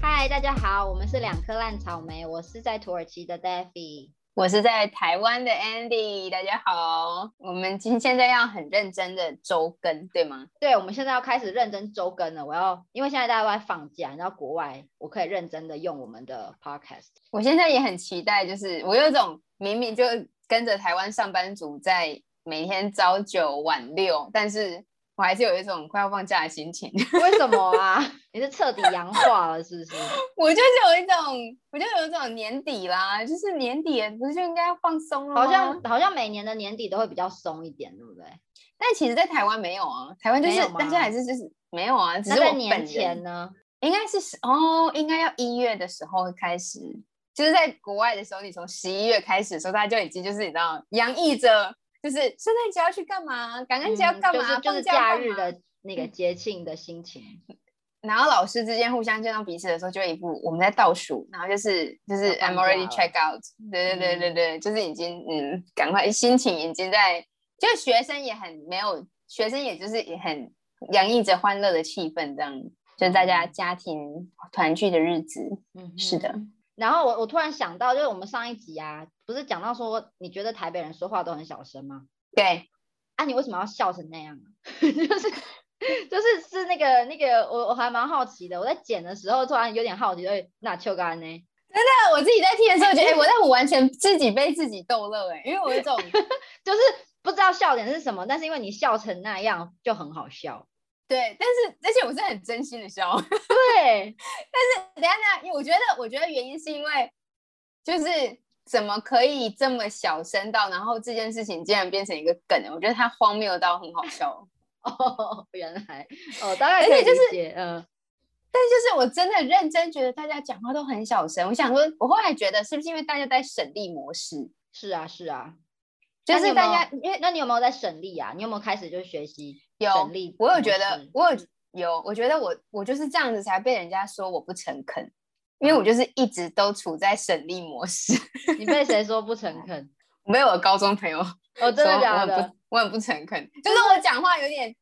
嗨，大家好，我们是两颗烂草莓，我是在土耳其的 Daffy。我是在台湾的 Andy，大家好。我们今现在要很认真的周更，对吗？对，我们现在要开始认真周更了。我要，因为现在大家都在放假，然后国外，我可以认真的用我们的 podcast。我现在也很期待，就是我有一种明明就跟着台湾上班族在每天早九晚六，但是我还是有一种快要放假的心情。 为什么啊？ 你是彻底洋化了， 是不是？我就是有一种，我就有一种年底啦，就是年底了不是就应该要放松了吗？好像好像每年的年底都会比较松一点，对不对？但其实，在台湾没有啊，台湾就没是有吗大家还是就是没有啊，只那是我在本年人前呢？应该是十哦，应该要一月的时候会开始，就是在国外的时候，你从十一月开始的时候，大家就已经就是你知道洋溢着，就是圣诞节要去干嘛，感恩节要嗯干就嘛，是就是放假要假干日嘛，的那个节庆的心情，然后老师之间互相见到彼此的时候，就会一步我们在倒数，然后就是就是要放 I'm already 假 check out，对对对对对，就是已经嗯，赶快心情已经在，就是学生也很没有，学生也就是也很洋溢着欢乐的气氛，这样就是大家家庭团聚的日子，嗯， 是的。。然后我我突然想到，就是我们上一集啊，不是讲到说你觉得台北人说话都很小声吗？对，啊，你为什么要笑成那样啊？ 就是就是是那个那个，我我还蛮好奇的。我在剪的时候突然有点好奇，哎，那秋干呢？但我自己在听的时候， 觉得哎、我但我完全自己被自己逗乐哎、因为我有一种就是不知道笑点是什么，但是因为你笑成那样就很好笑。对，但是而且我是很真心的笑。 对，等一下，等一下，因为我觉得，我觉得原因是因为就是怎么可以这么小声到，然后这件事情竟然变成一个梗，我觉得它荒谬到很好笑。 哦，原来哦，大概而可以且就理是解，嗯，但是就是我真的认真觉得大家讲话都很小声，我想说，我后来觉得是不是因为大家在省力模式，是啊，是啊。就那你是有大没有家因为那你有没有在省力啊？你有没有开始就是学习有省力模我式？有觉得，我有有，我觉得我我就是这样子才被人家说我不诚恳，因为我就是一直都处在省力模式。 你被谁说不诚恳？没有我高中朋友哦，真 说的假我很的不？我很不诚恳，就是我讲话有点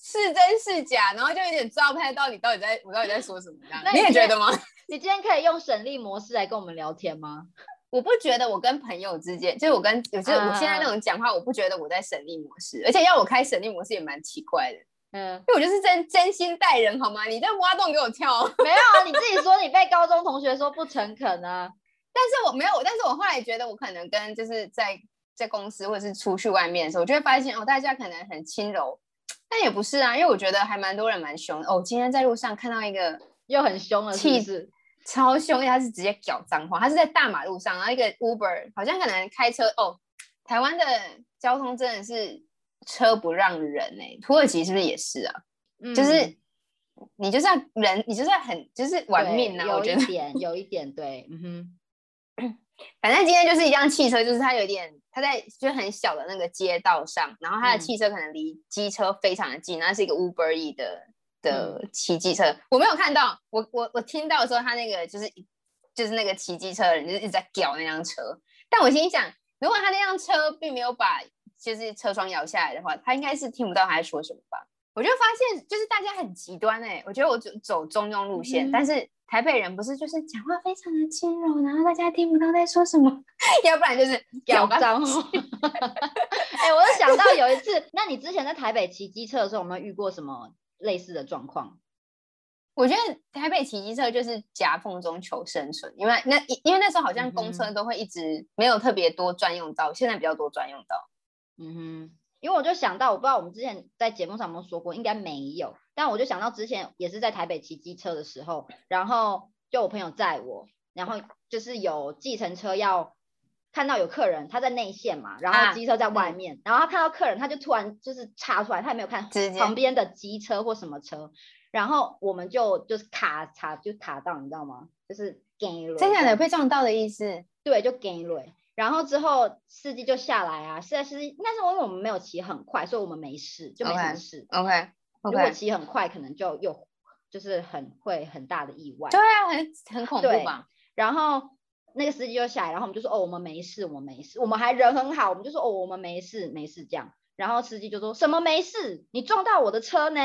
是真是假，然后就有点抓不太到你到底在我到底在说什么这样那。你你也觉得觉得吗？你今天可以用省力模式来跟我们聊天吗？ 我不觉得我跟朋友之间，就是我跟就是我现在那种讲话，我不觉得我在省力模式，而且要我开省力模式也蛮奇怪的，嗯，因为我就是真真心待人好吗？你在挖洞给我跳。 没有啊，你自己说你被高中同学说不诚恳啊。但是我没有，但是我后来觉得我可能跟就是在在公司或者是出去外面的时候，我就会发现哦，大家可能很轻柔，但也不是啊，因为我觉得还蛮多人蛮凶的。哦，今天在路上看到一个又很凶了，是不气是？超凶，他是直接讲脏话，他是在大马路上，然后一个 Uber 好像可能开车哦，台湾的交通真的是车不让人哎、土耳其是不是也是啊？嗯就是你就是要人，你就是要很就是玩命对啊，有我觉一得。点，有一点，对，嗯 哼，反正今天就是一辆汽车，就是它有点，它在就是很小的那个街道上，然后它的嗯汽车可能离机车非常的近，那是一个 Uber E 的的骑机车，我没有看到，我我我听到的时候，他那个就是就是那个骑机车的人就是一直在屌那辆车，但我心想，如果他那辆车并没有把就是车窗摇下来的话，他应该是听不到他在说什么吧。我就发现，就是大家很极端哎、我觉得我走走中庸路线，嗯但是台北人不是就是讲话非常的轻柔，然后大家听不到在说什么， 要不然就是讲吧脏话。 哎、我就想到有一次，那你之前在台北骑机车的时候，有没有遇过什么类似的状况？我觉得台北骑机车就是夹缝中求生存，因为那因为那时候好像公车都会一直没有特别多专用道，现在比较多专用道。嗯哼，因为我就想到，我不知道我们之前在节目上有没有说过，应该没有。但我就想到之前也是在台北骑机车的时候，然后就我朋友载我，然后就是有计程车要看到有客人，他在内线嘛，然后啊机车在外面，然后他看到客人，他就突然就是插出来，他也没有看直接旁边的机车或什么车，然后我们就就是卡卡就卡到，你知道吗？就是给了真的有被撞到的意思？对，就给了。然后之后司机就下来啊，是在司机，但是因为我们没有骑很快，所以我们没事，就没什么 OK，事。 OK 如果 OK，骑很快，可能就又就是很会很大的意外对。啊，很很恐怖对吧？然后那个司机就下来，然后我们就说哦，我们没事，我们没事，我们还人很好，我们就说哦，我们没事，没事这样。然后司机就说什么没事，你撞到我的车呢？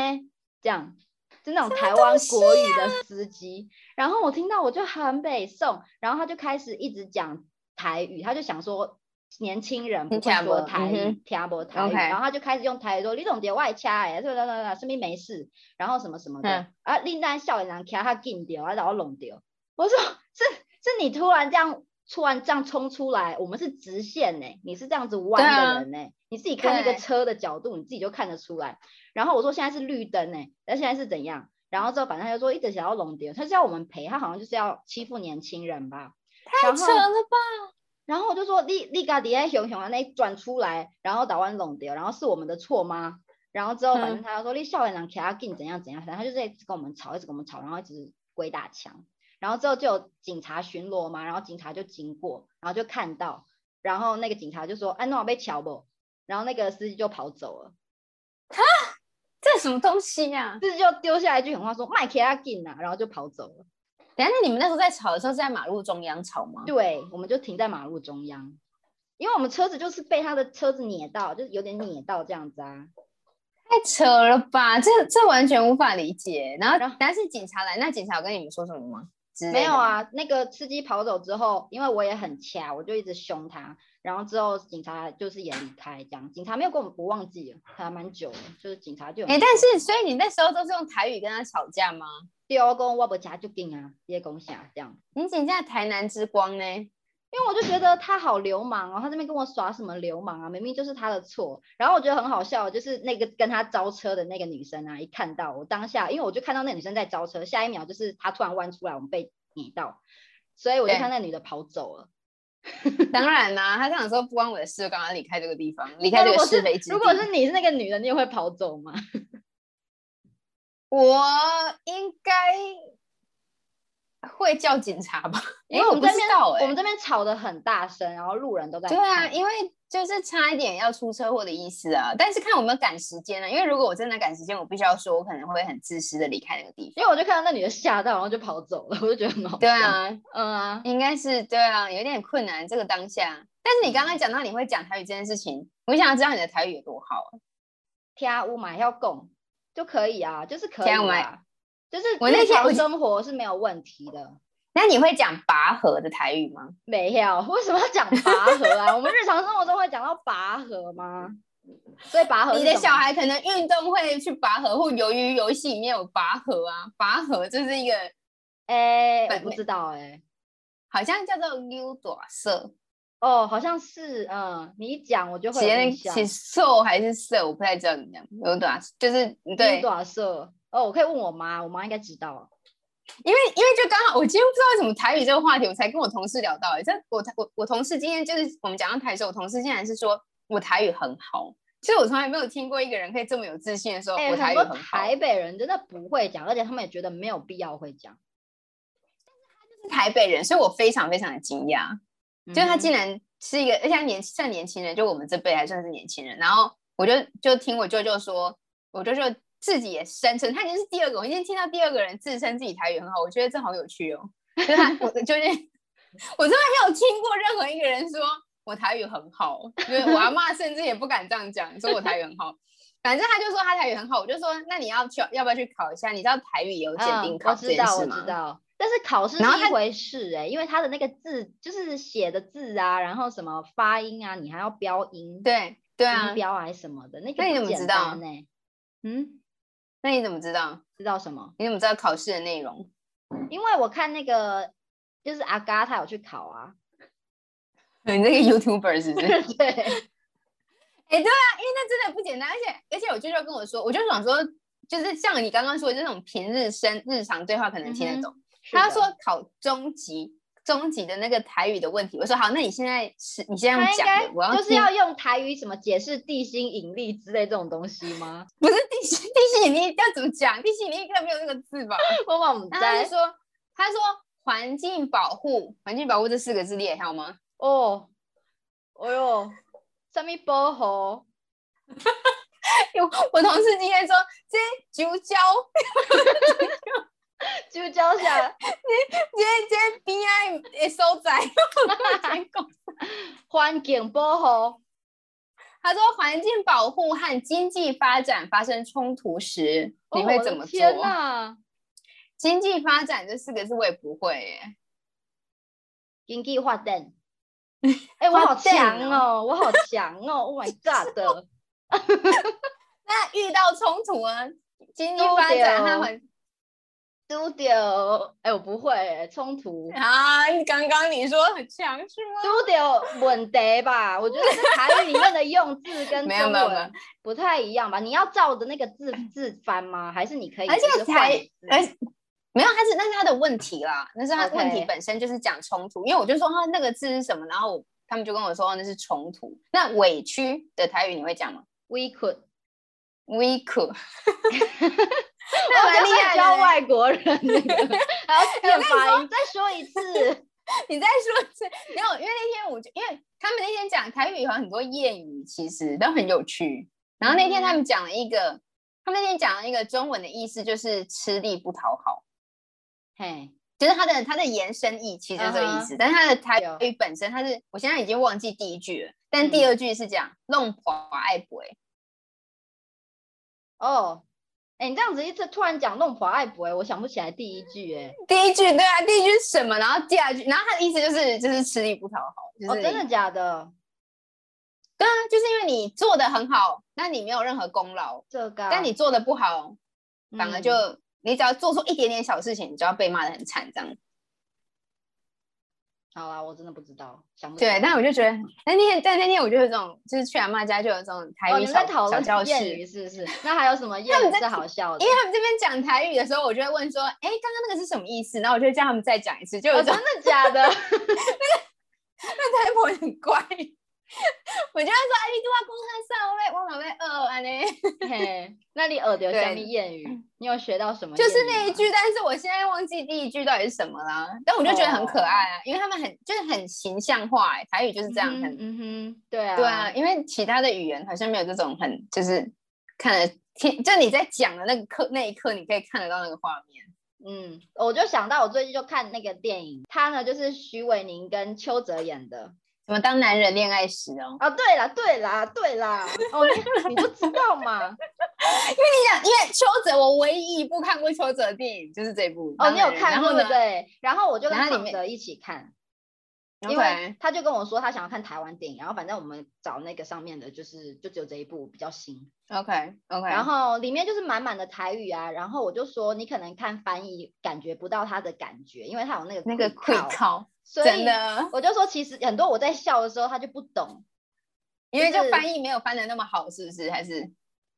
这样，是那种台湾国语啊的司机。然后我听到我就很北宋，然后他就开始一直讲台语，他就想说年轻人不你会听说不台嗯语哼，听不台语， OK 然后他就开始用台语说你总点外掐哎，什么什么什么，身边没事，然后什么什么的，嗯啊，另外笑脸人卡他进掉，啊，然后弄掉。我说是是你突然这样突然这样冲出来，我们是直线呢、你是这样子弯对啊的人呢、你自己看那个对车的角度，你自己就看得出来。然后我说现在是绿灯呢、那现在是怎样？然后之后反正他就说一直想要弄掉，他是要我们赔，他好像就是要欺负年轻人吧。太然扯后了吧！然后我就说你你家底下熊熊啊，那转出来，然后打完弄掉，然后是我们的错吗？然后之后反正他就说、你校园人卡他进怎样怎样，反正他就在一直跟我们吵，一直跟我们吵，然后一直鬼打墙。然后之后就有警察巡逻嘛，然后警察就经过，然后就看到，然后那个警察就说：“哎、啊，那我被敲不？”然后那个司机就跑走了，这什么东西呀、司机就丢下一句狠话说：“卖给他进呐！”然后就跑走了。等一下，那你们那时候在吵的时候是在马路中央吵吗？对，我们就停在马路中央，因为我们车子就是被他的车子碾到，就是有点碾到这样子啊。太扯了吧！这这完全无法理解。然后然后，但是警察来，那警察有跟你们说什么吗？之类的没有，啊，那个司机跑走之后，因为我也很掐，我就一直凶他，然后之后警察就是也离开，这样警察没有跟我们，我忘记了，还蛮久了，就是警察就有跟哎、但我是所以你那时候都是用台语跟他吵架吗？丢跟我不夹就进啊，直接攻下这样，你请假台南之光呢？因为我就觉得他好流氓哦，他这边跟我耍什么流氓啊，明明就是他的错，然后我觉得很好笑，就是那个跟他招车的那个女生啊，一看到我当下，因为我就看到那个女生在招车，下一秒就是她突然弯出来，我们被碾到，所以我就对看那女的跑走了。当然啦、他想说不关我的事，我赶快离开这个地方，离那开这如个果是是非之地。如果是你是那个女人，你也会跑走吗？我应该会叫警察吧？因因为为我们我不这知边道我哎、们这边吵得很大声，然后路人都在对啊，看因为就是差一点要出车祸的意思啊，但是看我们赶时间啊了、因为如果我真的赶时间，我必须要说，我可能会很自私的离开那个地方。因为我就看到那女的吓到，然后就跑走了，我就觉得很好。对，啊，嗯啊，应该是对啊，有点困难这个当下。但是你刚刚讲到你会讲台语这件事情，我想要知道你的台语有多好啊。天乌嘛要供就可以啊，就是可以听有没啊，就是我那日天常我就生活是没有问题的。那你会讲拔河的台语吗？没有，为什么要讲拔河啊？我们日常生活中会讲到拔河吗？所以拔河你哦是的什小么孩可能运动会去拔河，或由于游戏里面有拔河啊，拔河就是一个哎、我本不妹知道哎、好像叫做溜短色，哦，好像是嗯，你一讲我就会有写印象。写瘦还是色，我不太知道怎么样。溜短就是嗯对，哦多少色？哦，我可以问我妈，我妈应该知道。因为因为就刚好，我今天不知道为什么台语这个话题，我才跟我同事聊到、欸。这我我我同事今天就是我们讲到台语的时候，我同事竟然是说我台语很好，就是我从来没有听过一个人可以这么有自信的说哎、我台很语多很好。台北人真的不会讲，而且他们也觉得没有必要会讲。是台北人，所以我非常非常的惊讶，就是他嗯哼竟然是一个，而且他年算年轻人，就我们这辈还算是年轻人。然后我就就听我舅舅说，我舅舅自己也声称他已经是第二个，我已经听到第二个人自称自己台语很好，我觉得这好有趣哦。就是他，我就是我从来没有听过任何一个人说我台语很好，就是我阿妈甚至也不敢这样讲，说我台语很好。反正他就说他台语很好，我就说那你要去要不要去考一下？你知道台语也有检定嗯考我这知件道，事我吗？知道。但是考试是然后一他回事哎、因为他的那个字就是写的字啊，然后什么发音啊，你还要标音，对对啊，音标还是什么的，那个那你不怎么简知道单欸嗯，那你怎么知道？知道什么？你怎么知道考试的内容？因为我看那个就是阿嘎他有去考啊， 你这个 YouTuber 是不 是？哎、对，对啊，因为那真的不简单，而且而且我舅舅跟我说，我就想说，就是像你刚刚说的这种平日生日常对话，可能听得懂。他是的说考中级中级的那个台语的问题，我说好，那你现在是你现在他用应讲该的，我要就是听 要用台语什么解释地心引力之类这种东西吗？ 不是地心地心引力要怎么讲？地心引力应该没有这个字 吧？我我们然后他在就啊说，他说环境保护，环境保护这四个字你也好吗？ 哦，哦哟，什么保护？我我同事今天说这酒胶就叫啥？这这边仔 的所在，我讲环境保护，他说环境保护和经济发展发生冲突时，哦你会怎么我的做？天哪，经济发展这四个字我也不会耶。经济划 等。哎、我好划等强哦，我好强哦，Oh my god！那遇到冲突呢？经济都哦发丢展和环丢掉，哎、我不会、冲突。 啊，你刚刚你说很强是吗？丢掉问题 吧，我觉得是台语里面的用字跟没有中没有没有文不太一样吧？你要照着那个字字翻吗？还是你可以而就且是换才字？而且没有，他是那是他的问题啦，那是他 OK 问题本身就是讲冲突。因为我就说他那个字是什么，然后我他们就跟我说哦那是冲突。那委屈的台语你会讲吗 we could， ？We could，那蛮厉害的教嘞外国人 那个还要变发音，再说一次。 你再说一次。没有，因为那天我就因为他们那天讲台语有很多谚语，其实都很有趣。然后那嗯天他们讲了一个，他们那天讲了一个中文的意思就是吃力不讨好。嘿，就是它的它的延伸意其实就是这个嗯意思但是它的台语本身，它是我现在已经忘记第一句了，但第嗯二句是讲“弄垮爱不哦，哎，你这样子一次突然讲弄破爱不哎，我想不起来第一句哎。第一句对啊，第一句是什么？然后第二句，然后它的意思就是就是吃力不讨好，就是、哦，真的假的？对啊，就是因为你做的很好，那你没有任何功劳，这个啊，但你做的不好，反而嗯就、你只要做出一点点小事情，你就要被骂的很惨这样。好啦，我真的不知道，想不起来对，但我就觉得那天但那天我就有这种，就是去阿妈家就有这种台哦，语你们小、在讨小论教谚室语。是不是？那还有什么他谚们语在是讨好笑的因为？他们这边讲台语的时候，我就会问说：“哎，刚刚那个是什么意思？”然后我就会叫他们再讲一次，就有哦，一真种的假的？太婆很怪。 我就会说：“哎，你拄啊讲他上位，我老被饿安尼。 嘿，那你耳朵对下面谚语，你有学到什”么谚语吗？就是那一句，但是我现在忘记第一句到底是什么啦。但我就觉得很可爱啊，因为他们很就是很形象化、哎，台语就是哦嗯哼，这样，很嗯哼，对啊，对啊。，因为其他的语言好像没有这种很就是看了听，就你在讲的那个刻那一刻，你可以看得到那个画面。嗯，我就想到我最近就看那个电影，它呢就是徐伟宁跟邱泽演的。什么当男人恋爱时哦，哦，对啦，对啦，对啦，哦， 你你就知道嘛。哦讲因为邱泽，我唯一一部看过邱泽的电影就是这部。哦，你有当然看过对不然后呢对？然后我就跟然后里胖面泽一起看，因 OK，为他就跟我说他想要看台湾电影，然后反正我们找那个上面的，就是就只有这一部比较新， OK OK，然后里面就是满满的台语啊，然后我就说你可能看翻译感觉不到他的感觉，因为他有那个那个 quick quick call， call 所真以的，我就说其实很多我在笑的时候他就不懂，因为就就是翻译没有翻的那么好，是不是？还是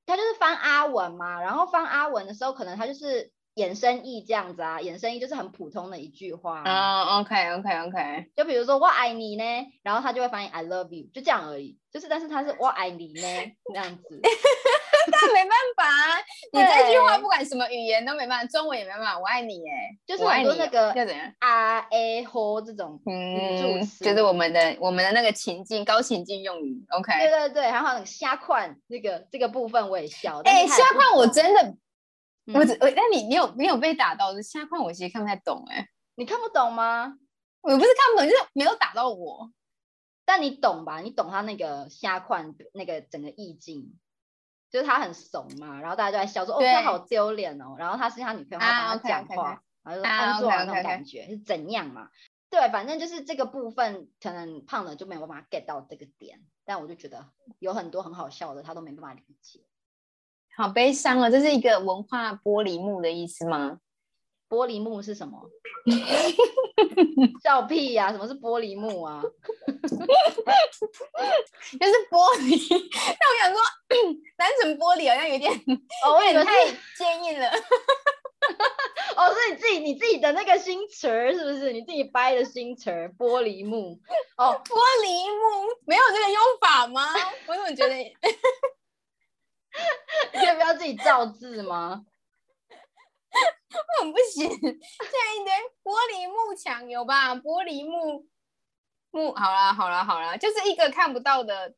他就是翻阿文嘛，然后翻阿文的时候可能他就是衍生意这样子啊，衍生意就是很普通的一句话啊、哦 OK OK OK，就比如说我爱你呢，然后他就会翻译 I love you，就这样而已，就是但是他是我爱你呢那样 子。但没办法啊，你这句话对不管什么语言都没办法，中文也没办法，我爱你哎，就是我很爱多你那哦个要怎样？啊诶吼这种，助嗯，词就是我们的我们的那个情境高情境用语，OK。对对对，还有那个虾块那个这个部分我也笑。但哎，是他也虾不块我懂真的，我嗯只我，那你你有没有被打到？虾块我其实看不太懂哎，你看不懂吗？我不是看不懂，就是没有打到我。但你懂吧？你懂他那个虾块那个整个意境，就是他很怂嘛，然后大家就在笑说哦对他好丢脸哦，然后他是他女朋友，啊他帮他讲 OK，OK，OK 话，然后就说啊他就做完那种 OK，OK，OK 感觉是怎样嘛？对，反正就是这个部分，可能胖了就没有办法 get 到这个点，但我就觉得有很多很好笑的，他都没办法理解。好悲伤哦，这是一个文化玻璃幕的意思吗？玻璃幕是什 么？笑屁呀、什么是玻璃幕 啊？就是玻璃， 但我想说，单纯玻璃好像有点哦，我以为有是点太坚硬了。 哦，是你自己你自己的那个新词儿是不是？你自己掰的新词儿，玻璃 幕。哦，玻璃幕没有这个用法吗？我怎么觉得你要不要自己造字吗？很 不行？现在一堆玻璃幕墙有吧？玻璃幕幕，好啦好啦好啦，就是一个看不到的，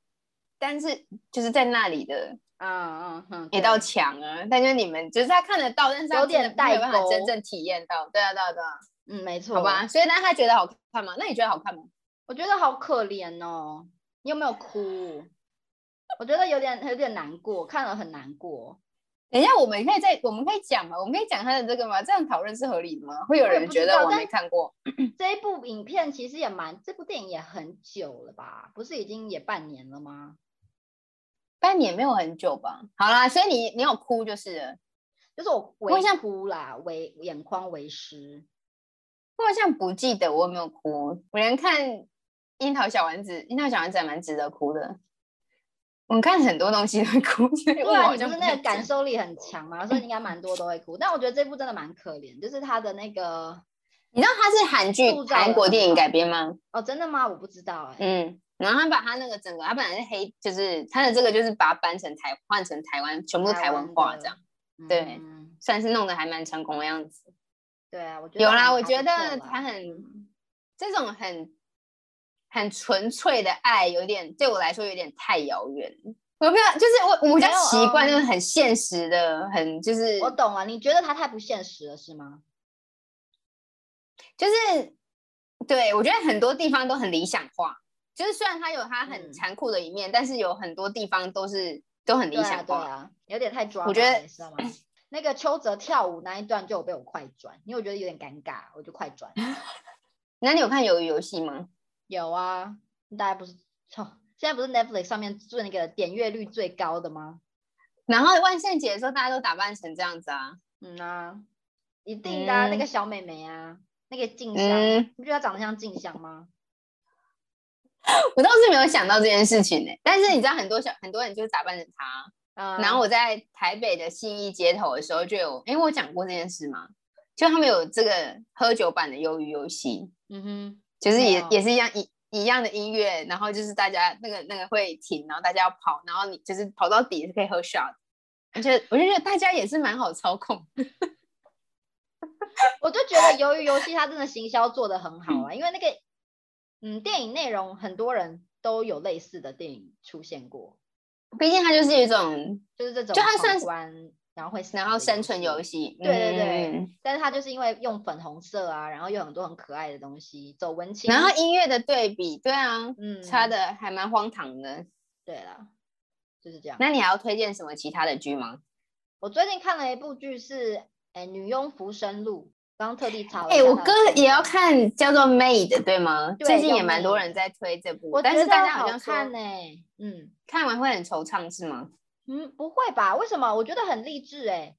但是就是在那里的啊嗯嗯，一对道墙啊。但就是你们就是他看得到，但是他有真的点没代有办法沟真正体验到。对啊对啊对啊。嗯，没错。好吧，，所以那他觉得好看吗？那你觉得好看吗？我觉得好可怜哦。你有没有哭？我觉得有点有点难过，看了很难过。等一下，我们可以再，我们可以讲吗？我们可以讲他的这个吗？这样讨论是合理的吗？会有我也人不觉知得道我但没看过？ 这一部影片其实也蛮，这部电影也很久了吧？不是已经也半年了吗？半年没有很久吧？好啦，所以你你有哭就是了，就是我我好微像哭啦，微眼眶为湿。我好像不记得我有没有哭，我连看《樱桃小丸子》，《樱桃小丸子》还蛮值得哭的。我看很多东西都会哭，所以对我啊，好你像不是不那太个感记受力很强嘛，所以你应该蛮多都会哭。但我觉得这部真的蛮可怜，就是他的那个你知道它是韩剧塑、造韩得国很电影好改编吗？哦，真的吗？我不知道哎、嗯，然后他把他那个整个，他本来是黑，就是他的这个就是把它搬成台，换成台湾，全部都台湾化这样，样对嗯、算是弄得还蛮成功的样子。对啊，我觉得有啦，还我觉还得不错啦他很嗯这种很很纯粹的爱，有点对我来说有点太遥远了。我没有，就是我我比较没有习惯那种嗯很现实的，很就是我懂了，啊你觉得他太不现实了是吗？就是对我觉得很多地方都很理想化，就是虽然它有它很嗯残酷的一面，但是有很多地方都是都很理对啊想对化。啊，有点太抓，觉得你知道吗？ 那个邱泽跳舞那一段就有被我快转，因为我觉得有点尴尬，我就快转。那你有看《鱿鱼游戏》吗？有啊，大家不是哦，现在不是 Netflix 上面做那个点阅率最高的吗？然后万圣节的时候，大家都打扮成这样子啊。嗯啊，一定的、啊，那嗯个小美眉啊，那个静香，嗯，你不觉得她长得像静香吗？我倒是没有想到这件事情呢、但是你知道，很多小很多人就是打扮成他。啊、然后我在台北的信义街头的时候，就有，因为我讲过这件事嘛，就他们有这个喝酒版的鱿鱼游戏，嗯哼，就是没也有也是一样一一样的音乐，然后就是大家那个那个会停，然后大家要跑，然后你就是跑到底是可以喝 shot。而且我就觉得大家也是蛮好操控的，我就觉得由于游戏它真的行销做得很好啊，因为那个嗯电影内容很多人都有类似的电影出现过，毕竟它就是一种，就是这种就它闯算是关，然后会死然后的生存游戏。戏，对对对嗯但是它就是因为用粉红色啊，然后又很多很可爱的东西，走文青，然后音乐的对比，对啊，嗯差的还蛮荒唐的。对啦，就是这样。那你还要推荐什么其他的剧吗？我最近看了一部剧是，哎，女佣浮生录》，刚刚特地查了。哎、我哥也要。看，叫做《Made》，对吗？对最近也叫蛮多人 Maid 在推这部我，但觉是大得家好像说看呢、嗯看完会很惆怅，是吗？嗯，不会吧？为什么？我觉得很励志哎、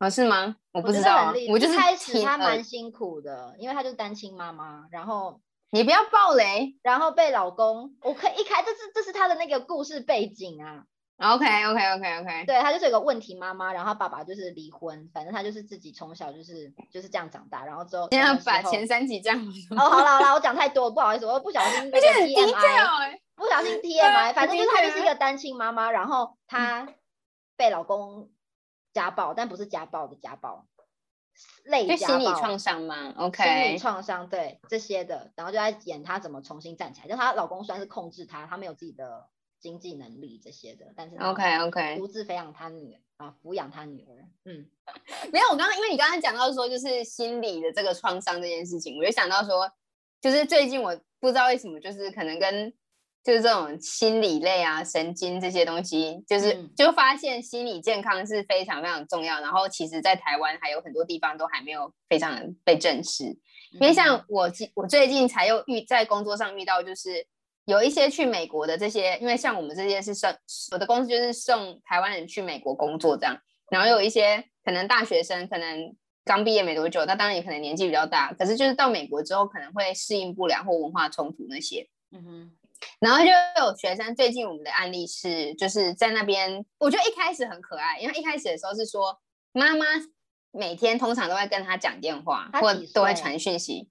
哦，是吗？我不觉知得道很啊励，我志就一是开始听她呃蛮辛苦的，因为她就是单亲妈妈，然后你不要暴雷。然后被老公，我可以一开这是这是她的那个故事背景啊， OK OK OK OK，对她就是有个问题妈妈，然后她爸爸就是离婚，反正她就是自己从小就是就是这样长大，然后之后现她在的时把候前三集这样， 哦好了好了，我讲太多，不好意思，我不小心而那且个很低 TMI。调哎。不小心啊嗯 TMI，反正就是她就是一对个单亲妈妈，然后她被老公家暴，但不是家暴的家暴，类就家心理暴创伤嘛心理，OK，创伤对这些的，然后就在演她怎么重新站起来。就她老公虽然是控制她，她没有自己的经济能力这些的，但是她 OK OK，独自抚养她女儿啊，抚养她女儿，嗯， 没有，我刚刚因为你刚刚讲到说就是心理的这个创伤这件事情，我就想到说，就是最近我不知道为什么，就是可能跟就是这种心理类啊、神经这些东西，就是、嗯就发现心理健康是非常非常重要。然后其实，在台湾还有很多地方都还没有非常地被正视。因嗯为像我记，我最近才又遇在工作上遇到，就是有一些去美国的这些，因为像我们这些是送我的公司就是送台湾人去美国工作这样，然后有一些可能大学生可能刚毕业没多久，那当然也可能年纪比较大，可是就是到美国之后可能会适应不良或文化冲突那些，嗯哼，然后就有学生，最近我们的案例是，就是在那边，我觉得一开始很可爱，因为一开始的时候是说妈妈每天通常都会跟他讲电话，他或几都会岁传讯息，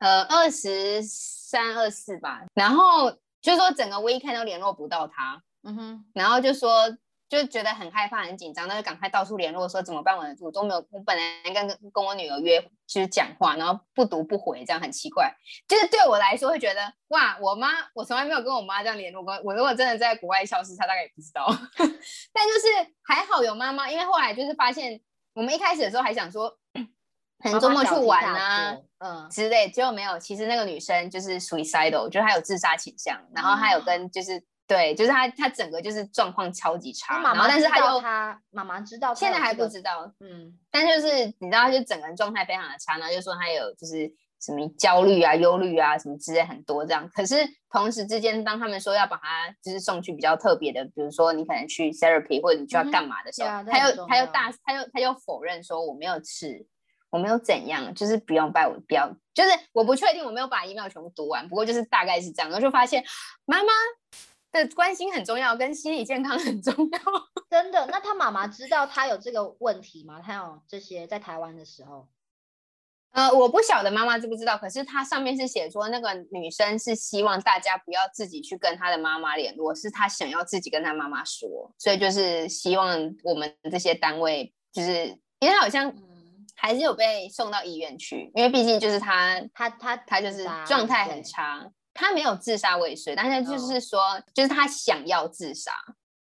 呃，二十三、二四吧，然后就是说整个 weekend 都联络不到他，嗯哼，然后就说就觉得很害怕、很紧张，那就赶快到处联络说怎么办？我我都没有，我本来跟跟我女儿约就是讲话，然后不读不回，这样很奇怪。就是对我来说会觉得哇，我妈我从来没有跟我妈这样联络过，我如果真的在国外消失，她大概也不知道。 但就是还好有妈妈，因为后来就是发现我们一开始的时候还想说，可能周末去玩啊。嗯，之啊类，结果没有。其实那个女生就是 suicidal，就是她有自杀倾向，然后她有跟就是对，就是他他整个就是状况超级差，他妈然后妈但知是他道又他妈妈知道他现在有还这个不知道，嗯但就是你知道，他就整个人状态非常的差，然后就说他有就是什么焦虑啊、忧虑啊什么之类很多这样。可是同时之间，当他们说要把他就是送去比较特别的，比如说你可能去 therapy 或者你去要干嘛的时候，嗯哼对啊他这很又重他又要大他又他又否认说我没有吃。我没有怎样，就是不用拜我，不要，就是我不确定，我没有把 email 全部读完，不过就是大概是这样，然后就发现妈妈的关心很重要，跟心理健康很重要。真的，那他妈妈知道他有这个问题吗？他有这些在台湾的时候，呃，我不晓得妈妈知不知道，可是它上面是写说那个女生是希望大家不要自己去跟她的妈妈联络，是她想要自己跟她妈妈说，所以就是希望我们这些单位，就是因为她好像嗯，还是有被送到医院去，因为毕竟就是她他他她就是自杀状态对很差，她没有自杀未遂，但是就哦是说，就是她想要自杀。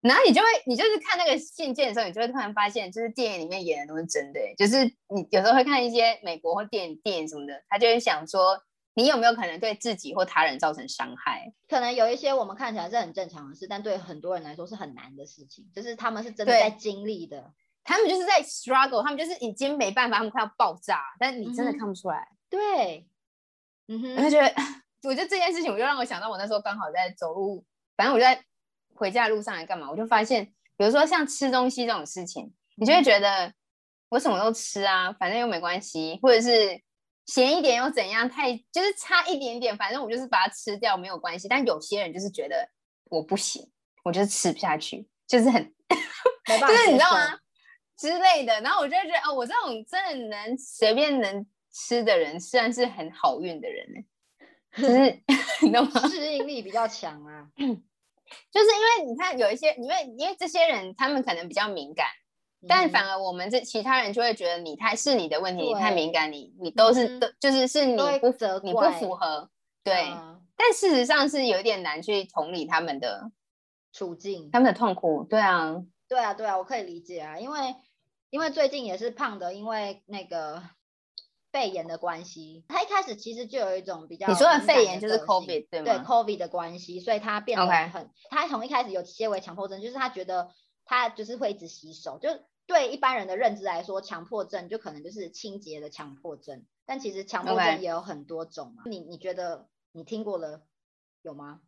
然后你就会，你就是看那个信件的时候，你就会突然发现，就是电影里面演的都是真的欸、就是你有时候会看一些美国或电影电影什么的，他就会想说，你有没有可能对自己或他人造成伤害？可能有一些我们看起来是很正常的事，但对很多人来说是很难的事情，就是他们是真的对在经历的。他们就是在 struggle，他们就是已经没办法，他们快要爆炸，但你真的嗯哼看不出来。对，嗯我哼，就 觉得，我觉得这件事情，我就让我想到我那时候刚好在走路，反正我就在回家的路上来干嘛，我就发现，比如说像吃东西这种事情，你就会觉得我什么都吃啊，反正又没关系，或者是咸一点又怎样，太就是差一点点，反正我就是把它吃掉没有关系。但有些人就是觉得我不行，我就是吃不下去，就是很没办法，就是你知道吗？？之类的，然后我就会觉得，哦，我这种真的能随便能吃的人，虽然是很好运的人呢，就是 你懂吗？适应力比较强啊，就是因为你看有一些，因为因为这些人他们可能比较敏感， 但嗯反而我们这其他人就会觉得你太是你的问题，你太对敏感，你你都是嗯都就是是你都会不责你不怪符合，对。嗯但事实上是有点难去同理他们的处境，他们的痛苦，对啊，对啊，对啊，我可以理解啊，因为因为最近也是胖的，因为那个肺炎的关系，他一开始其实就有一种比较你说的敏肺感炎就是个性 COVID 对对吗 COVID 的关系，所以他变得 OK 很，他从一开始有些微强迫症，就是他觉得他就是会一直洗手，就对一般人的认知来说，强迫症就可能就是清洁的强迫症，但其实强迫 OK 症也有很多种嘛，你你觉得你听过了有吗？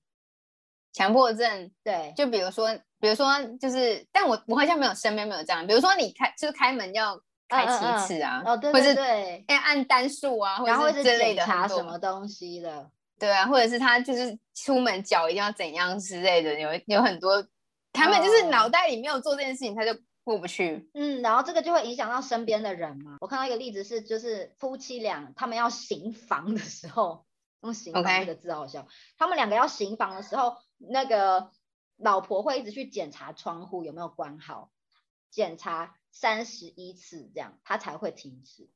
强迫症对，就比如说，比如说，就是，但我我好像没有身边没有这样。比如说，你开就是开门要开嗯嗯嗯七次啊，哦对或对是对，哎、按单数啊，或然后者是是之类检的查很多什么东西的。对啊，或者是他就是出门脚一定要怎样之类的，有有很多，他们就是哦脑袋里没有做这件事情，他就过不去。嗯，然后这个就会影响到身边的人嘛。我看到一个例子是，就是夫妻俩他们要行房的时候，用“行房”这 OK 个字好笑。他们两个要行房的时候，那个老婆会一直去检查窗户有没有关好，检查三十一次这样，他才会停止。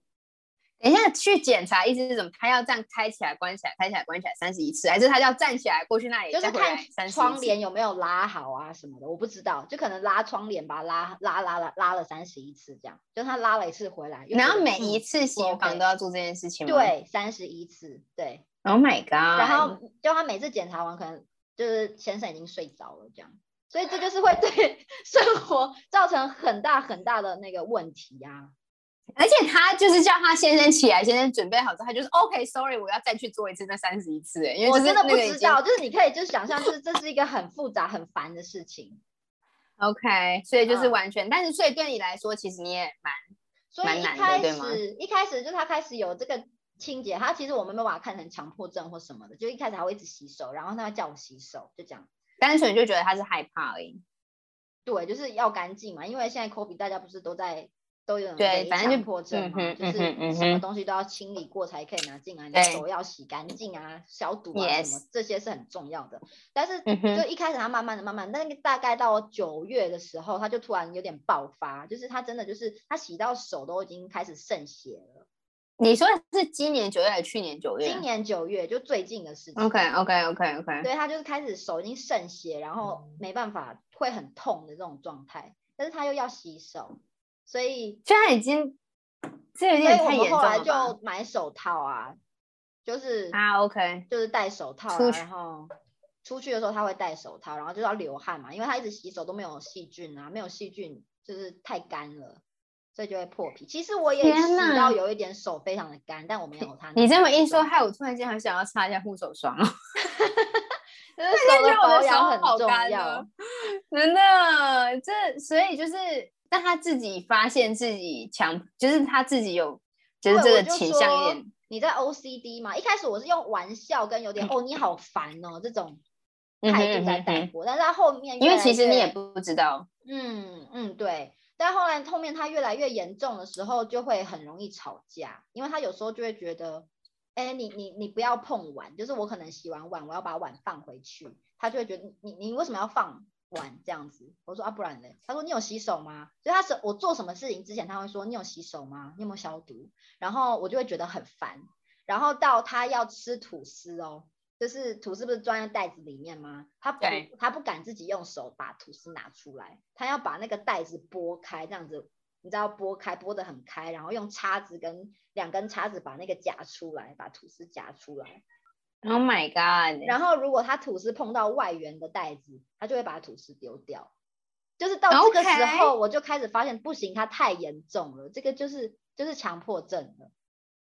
等一下去检查，意思是什么？他要这样开起来、关起来、开起来、关起来三十一次，还是他要站起来过去那里就是再回来看三窗帘有没有拉好啊什么的，我不知道，就可能拉窗帘吧，拉拉拉拉拉了三十一次这样，就是他拉了一次回来，又然觉后得每嗯一次行房 OK 都要做这件事情吗？对三十一次对。 ，Oh my god！然然后嗯就他每次检查完，可能就是先生已经睡着了这样，所以这就是会对 生活造成很大很大的那个问题啊。而且他就是叫他先生起来，先生准备好之后，他就是 OK，sorry，、我要再去做一次那三十一次、欸，因为我就是真的那不个已知经道，就是你可以就想象，就是这是一个很复杂很烦的事情。 OK，所以就是嗯完全，但是所以对你来说，其实你也蛮所以蛮一难的开对吗始一开始就是他开始有这个清洁，他其实我们没有把它看成强迫症或什么的，就一开始还会一直洗手，然后他会叫我洗手，就这样。单纯就觉得他是害怕而已。对，就是要干净嘛，因为现在 COVID 大家不是都在都有对被反正就强迫症嗯嘛，哼就嗯是哼嗯什么哼东西都要清理过才可以拿进来，你对手要洗干净啊，消毒啊什么这些是很重要的。但是嗯哼就一开始他慢慢的、慢慢地，那个大概到九月的时候，他就突然有点爆发，就是他真的就是他洗到手都已经开始渗血了。你说的是今年九月还是去年九月今年九月就最近的事情。啊？OK OK OK OK，对他就是开始手已经渗血，然嗯后没办法会很痛的这种状态，但是他又要洗手，所以虽然已经这所以有点我太们严重后来了吧就买手套啊，就是、啊 OK，就是戴手套啊、出去然后出去的时候他会戴手套，然后就要流汗嘛，因为他一直洗手都没有细菌啊，没有细菌就是太干了，所以就会破皮。其实我也天洗哪到有一点手非常的干，但我没有他。你这么一说，，害我突然间很想要擦一下护手霜哦。 就是手的保养很重大家觉得要我。的手好干哦真的，这所以就是，但他自己发现自己强，就是他自己有，就是这对我个就倾向说有点，你在 OCD 嘛？一开始我是用玩笑跟有点哦你好烦哦这种嗯哼态度在嗯哼带嗯过，但是他后面因越为来其实你越也不知道，嗯嗯，对。但后来后面他越来越严重的时候，就会很容易吵架，因为他有时候就会觉得，哎，你你你不要碰碗，就是我可能洗完碗，我要把碗放回去，他就会觉得你你为什么要放碗这样子？我说啊，不然嘞？他说你有洗手吗？就他是我做什么事情之前，他会说你有洗手吗？你有没有消毒？然后我就会觉得很烦。然后到他要吃吐司哦，就是吐司不是装在袋子里面吗？他不对他不敢自己用手把吐司拿出来，他要把那个袋子拨开，这样子，你知道拨开拨得很开，然后用叉子跟两根叉子把那个夹出来，把吐司夹出来。 Oh my god！然后如果他吐司碰到外缘的袋子，他就会把吐司丢掉。就是到 OK 这个时候，我就开始发现不行，他太严重了，这个就是就是强迫症了。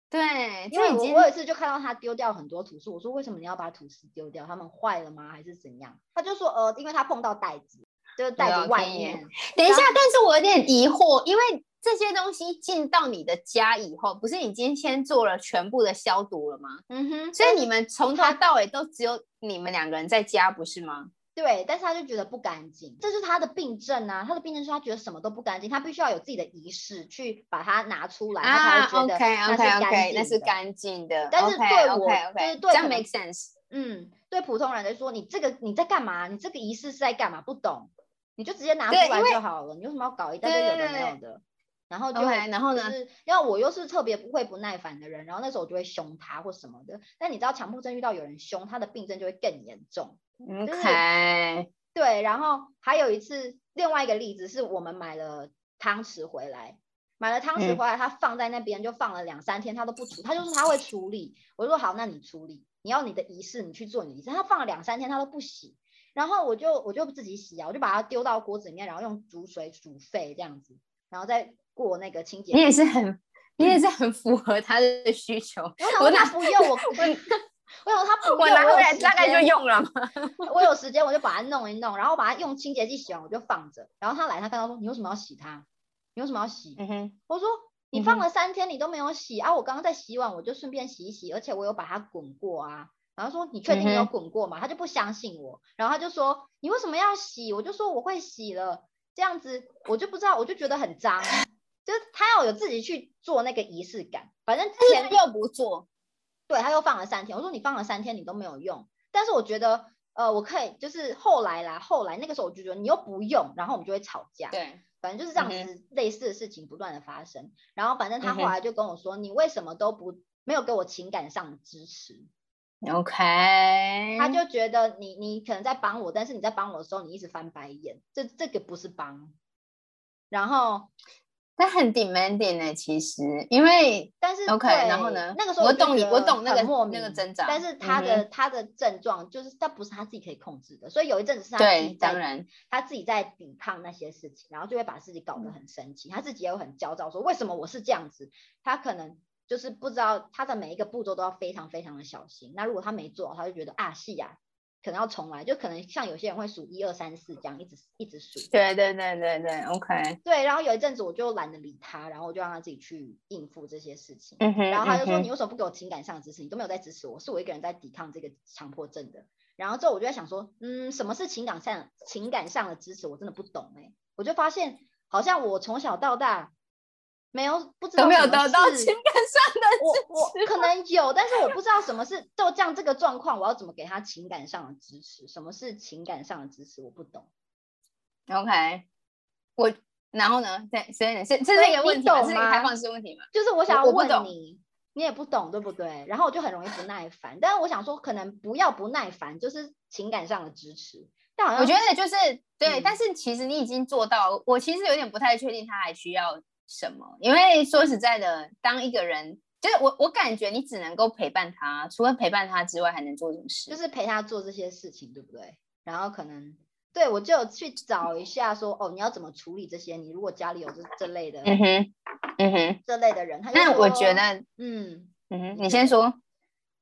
对，因为这已我经我有一次就看到他丢掉很多吐司，我说为什么你要把吐司丢掉？他们坏了吗？还是怎样？他就说呃，因为他碰到袋子，就是袋聊子外天面。等一下，但是我有点疑惑，因为这些东西进到你的家以后，不是已经先做了全部的消毒了吗？嗯哼，所但以你们从头到尾都只有你们两个人在家，不是吗？对，但是他就觉得不干净，这就是他的病症啊。他的病症是他觉得什么都不干净，他必须要有自己的仪式去把它拿出来，他啊才会觉，OK 得它 OK 是干 OK，那净是的干净的。但是对我 o k o k 就是对这样可能 make sense。嗯，对普通人来说，你这个你在干嘛？你这个仪式是在干嘛？不懂，你就直接拿出对来因为就好了。你为什么要搞一大堆有的没有的？然后就 OK，然后就呢是因为我又是特别不会不耐烦的人，然后那时候我就会凶他或什么的。但你知道，强迫症遇到有人凶，他的病症就会更严重。 OK，对，然后还有一次，另外一个例子是我们买了汤匙回来，买了汤匙嗯回来，他放在那边就放了两三天，他都不处，他就说他会处理。我就说好，那你处理，你要你的仪式，你去做你的仪式。他放了两三天，他都不洗，然后我就我就自己洗啊，我就把它丢到锅子里面，然后用煮水煮沸这样子，然后再过那个清洁你也剂。是很，你也是很符合他的需求。我我想拿说他不嗯 用我，我想说他不用，我拿有回来时大概间就用了嘛。我有时间我就把它弄一弄，然后把它用清洁剂洗完我就放着。然后他来，他看到说你为什么要洗它？你为什么要洗？嗯哼，我说你放了三天你都没有洗啊，我刚刚在洗碗，我就顺便洗一洗，而且我有把它滚过啊。然后说你确定你有嗯哼滚过吗？他就不相信我，然后他就说你为什么要洗？我就说我会洗了，这样子我就不知道，我就觉得很脏， 就是他要有自己去做那个仪式感。反正之前但是他又不做，对，他又放了三天。我说你放了三天，你都没有用。但是我觉得，呃，我可以就是后来啦，后来那个时候我就觉得你又不用，然后我们就会吵架。，对，反正就是这样嗯子类似的事情不断的发生。然后反正他嗯后哼来就跟我说，你为什么都不没有给我情感上的支持？ OK，嗯他就觉得你你可能在帮我，但是你在帮我的时候，你一直翻白眼，这这个不是帮。然后，他很 demanding 呢、其实因为但是 OK，对然后呢那个时候我就懂你觉我得懂那很个莫那个嗯名挣扎但是他的、他的症状就是他不是他自己可以控制的，所以有一阵子是他自己对，当在然，他自己在抵抗那些事情，然后就会把自己搞嗯得很生气，他自己也会很焦躁，说为什么我是这样子？他可能就是不知道他的每一个步骤都要非常非常的小心。那如果他没做，他就觉得啊是呀、可能要重来，就可能像有些人会数一二三四这样一直一直数。对对对对对，OK，对，然后有一阵子我就懒得理他，然后我就让他自己去应付这些事情。嗯哼，然后他就说：“嗯哼你为什么不给我情感上的支持？你都没有在支持我，是我一个人在抵抗这个强迫症的。”然后之后我就在想说：“嗯，什么是情感上情感上的支持？我真的不懂哎、我就发现，好像我从小到大没有不知道嗯都没有什么得到是情感上的我我支持可能有，但是我不知道什么是就这样这个状况，我要怎么给他情感上的支持？什么是情感上的支持？我不懂。 OK，我然后呢？对，所以你是这所是以一个你问题吗，懂是一个吗嗯开放式问题吗？就是我想要我不问懂你，你也不懂对不对？然后我就很容易不耐烦，但是我想说，可能不要不耐烦，就是情感上的支持。但好像我觉得就是对，嗯但是其实你已经做到，我其实有点不太确定他还需要什么，因为说实在的，当一个人。就是我我感觉你只能够陪伴他，除了陪伴他之外，还能做什么事？就是陪他做这些事情，对不对？然后可能对我就有去找一下说，哦，你要怎么处理这些？你如果家里有这这类的、嗯哼，嗯哼。这类的人，他就那我觉说，得，嗯，嗯哼，你先说。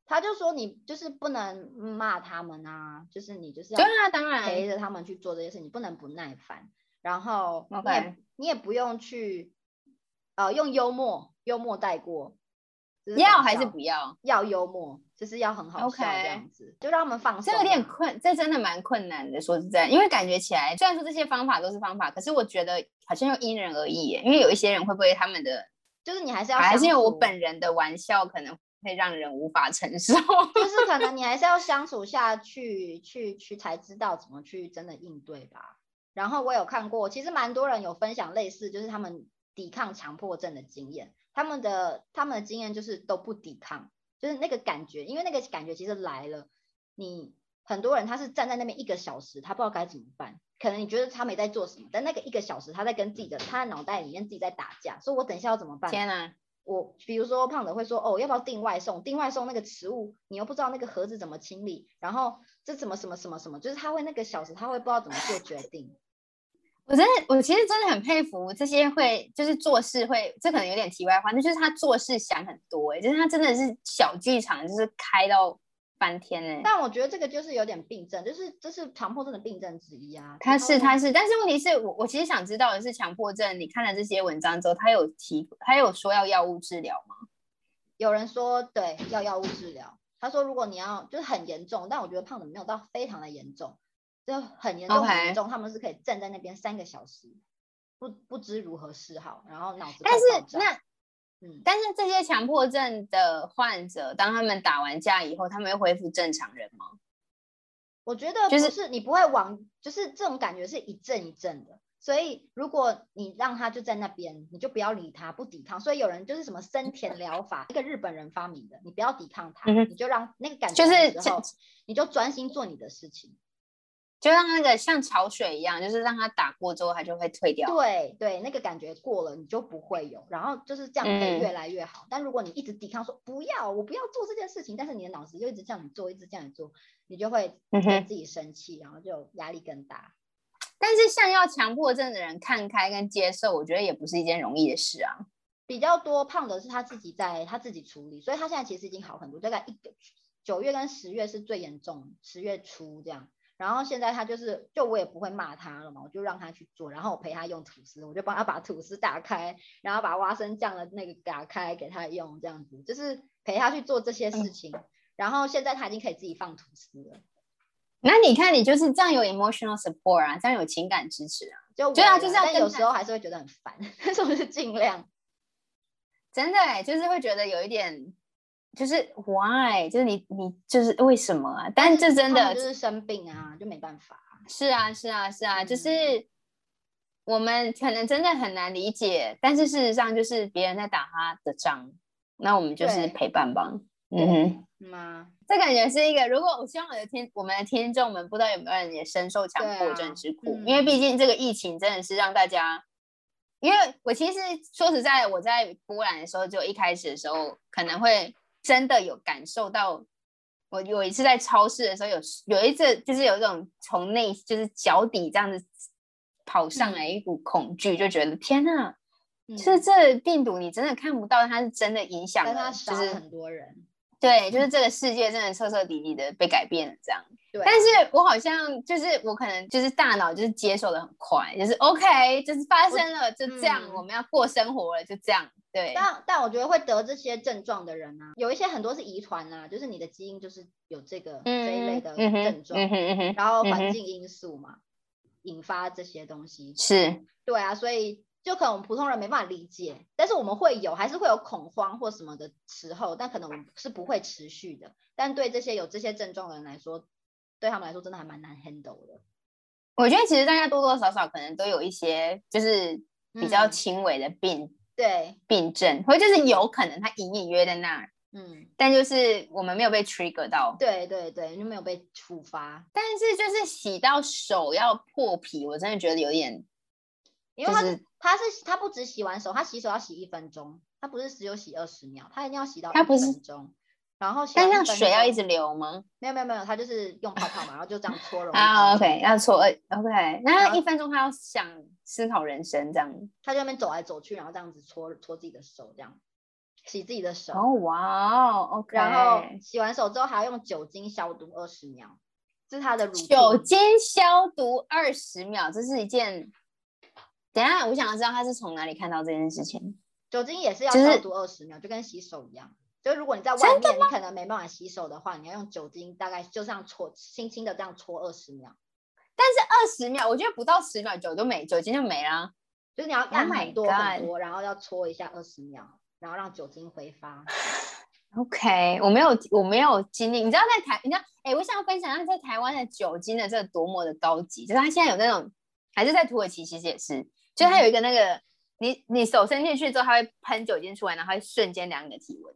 他就说你就是不能骂他们啊，就是你就是要对啊，当然，陪着他们去做这些事，你不能不耐烦，然后你也 OK 你也不用去呃用幽默幽默带过，就是要搞还是笑不要？要幽默，就是要很好笑 OK 这样子就让他们放这松啊、有点困，这真的蛮困难的。说实在，因为感觉起来，虽然说这些方法都是方法，可是我觉得好像又因人而异耶。因为有一些人会不会他们的，啊就是你还是要还是因为相我处本人的玩笑可能会让人无法承受。就是可能你还是要相处下去，去去才知道怎么去真的应对吧。然后我有看过，其实蛮多人有分享类似，就是他们抵抗强迫症的经验，他们的他们的经验就是都不抵抗，就是那个感觉，因为那个感觉其实来了，你很多人他是站在那边一个小时，他不知道该怎么办。可能你觉得他没在做什么，但那个一个小时他在跟自己的他的脑袋里面自己在打架，说我等一下要怎么办？天哪！我比如说胖的会说哦，要不要订外送？订外送那个食物，你又不知道那个盒子怎么清理，然后这怎么什么什么什么，就是他会那个小时他会不知道怎么做决定。我真的，我其实真的很佩服这些会，就是做事会，这可能有点题外话，但就是他做事想很多、欸，就是他真的是小剧场，就是开到翻天哎、但我觉得这个就是有点病症，就是这是强迫症的病症之一啊。他是会他是，但是问题是我我其实想知道的是，强迫症，你看了这些文章之后，他有提，他有说要药物治疗吗？有人说对要药物治疗，他说如果你要就是很严重，但我觉得胖的没有到非常的严重，就很严重 OK 很严重，他们是可以站在那边三个小时，不不知如何是好，然后脑子但快爆是炸那嗯。但是这些强迫症的患者，当他们打完架以后，他们会恢复正常人吗？我觉得不就是是你不会往，就是这种感觉是一阵一阵的。所以如果你让他就在那边，你就不要理他，不抵抗。所以有人就是什么森田疗法，一个日本人发明的，你不要抵抗他，嗯哼你就让那个感就觉来是的时这候，你就专心做你的事情。就让那个像潮水一样，就是让他打过之后，他就会退掉。对对，那个感觉过了，你就不会有。然后就是这样可嗯以越来越好。但如果你一直抵抗说不要，我不要做这件事情，但是你的脑子就一直叫你做，一直叫你做，你就会对嗯哼。自己生气，然后就压力更大。但是像要强迫症的人看开跟接受，我觉得也不是一件容易的事啊。比较多胖的是他自己在他自己处理，所以他现在其实已经好很多，大概一个九月跟十月是最严重，十月初这样。然后现在他就是，就我也不会骂他了嘛，我就让他去做，然后我陪他用吐司，我就帮他把吐司打开，然后把花生酱的那个打开给他用，这样子就是陪他去做这些嗯事情。然后现在他已经可以自己放吐司了，那你看，你就是这样有 emotional support 啊，这样有情感支持啊，就对啊我就是啦要但跟有他时候还是会觉得很烦，但是我是尽量。真的哎、就是会觉得有一点，就是 why，就是你你就是为什么啊？但这真他们的哦就是生病啊，就没办法。是啊，是啊，是啊，嗯就是我们可能真的很难理解，但是事实上就是别人在打他的仗，那我们就是对陪伴吧。对嗯哼，嗯啊，这感觉是一个，如果我希望我的听我们的听众们，不知道有没有人也深受强对迫啊症之苦，嗯因为毕竟这个疫情真的是让大家。因为我其实说实在，我在波兰的时候，就一开始的时候，可能会真的有感受到我有一次在超市的时候有，有一次就是有一种从内就是脚底这样子跑上来一股恐惧，就觉得天呐，嗯就是这病毒你真的看不到，它是真的影响但了，他就少是了很多人。对，就是这个世界真的彻彻底底的被改变了这样。对啊，但是我好像就是我可能就是大脑就是接受的很快，就是 OK，就是发生了就这样，嗯我们要过生活了就这样，对，但但我觉得会得这些症状的人啊，有一些很多是遗传啊，就是你的基因就是有这个、嗯这一类的嗯哼症状，嗯哼嗯哼，然后嗯哼环境因素嘛，引发这些东西。是对啊，所以就可能我们普通人没办法理解，但是我们会有，还是会有恐慌或什么的时候，但可能我们是不会持续的。但对这些有这些症状的人来说，对他们来说真的还蛮难 handle 的。我觉得其实大家多多少少可能都有一些就是比较嗯轻微的病、对，病症，或者就是有可能它隐隐约在那儿，嗯，但就是我们没有被 trigger 到。对对对，就没有被触发，但是就是洗到手要破皮，我真的觉得有点因就为他是他是他不止洗完手，他洗手要洗一分钟，它不是只有洗二十秒，它一定要洗到它1不是分钟，然后洗但到是1它分水要钟一直流吗？没有没有没有，它就是用泡泡嘛，然后就这样搓揉一啊分钟，OK，要错二，OK，那后一分钟他要想思考人生这样。他就在那边走来走去，然后这样子搓搓自己的手，这样洗自己的手，哦，哇哦，OK，然后洗完手之后还要用酒精消毒二十秒，这是他的 routine 酒精消毒二十秒，这是一件。等一下，我想知道他是从哪里看到这件事情。酒精也是要就是消毒二十秒，就跟洗手一样。就如果你在外面，你可能没办法洗手的话，你要用酒精大概就这样搓，轻轻的这样搓二十秒，但是二十秒，我觉得不到十秒酒都没，酒精就没啦。就是你要按 Oh my 很多 God 很多，然后要搓一下二十秒，然后让酒精挥发。 OK，我没有，我没有经历。你知道在台，你知道，哎、我想要分享一下在台湾的酒精的这个多么的高级，就是它现在有那种，还是在土耳其其实也是，就是它有一个那个，你你手伸进去之后，它会喷酒精出来，然后它会瞬间量你的体温，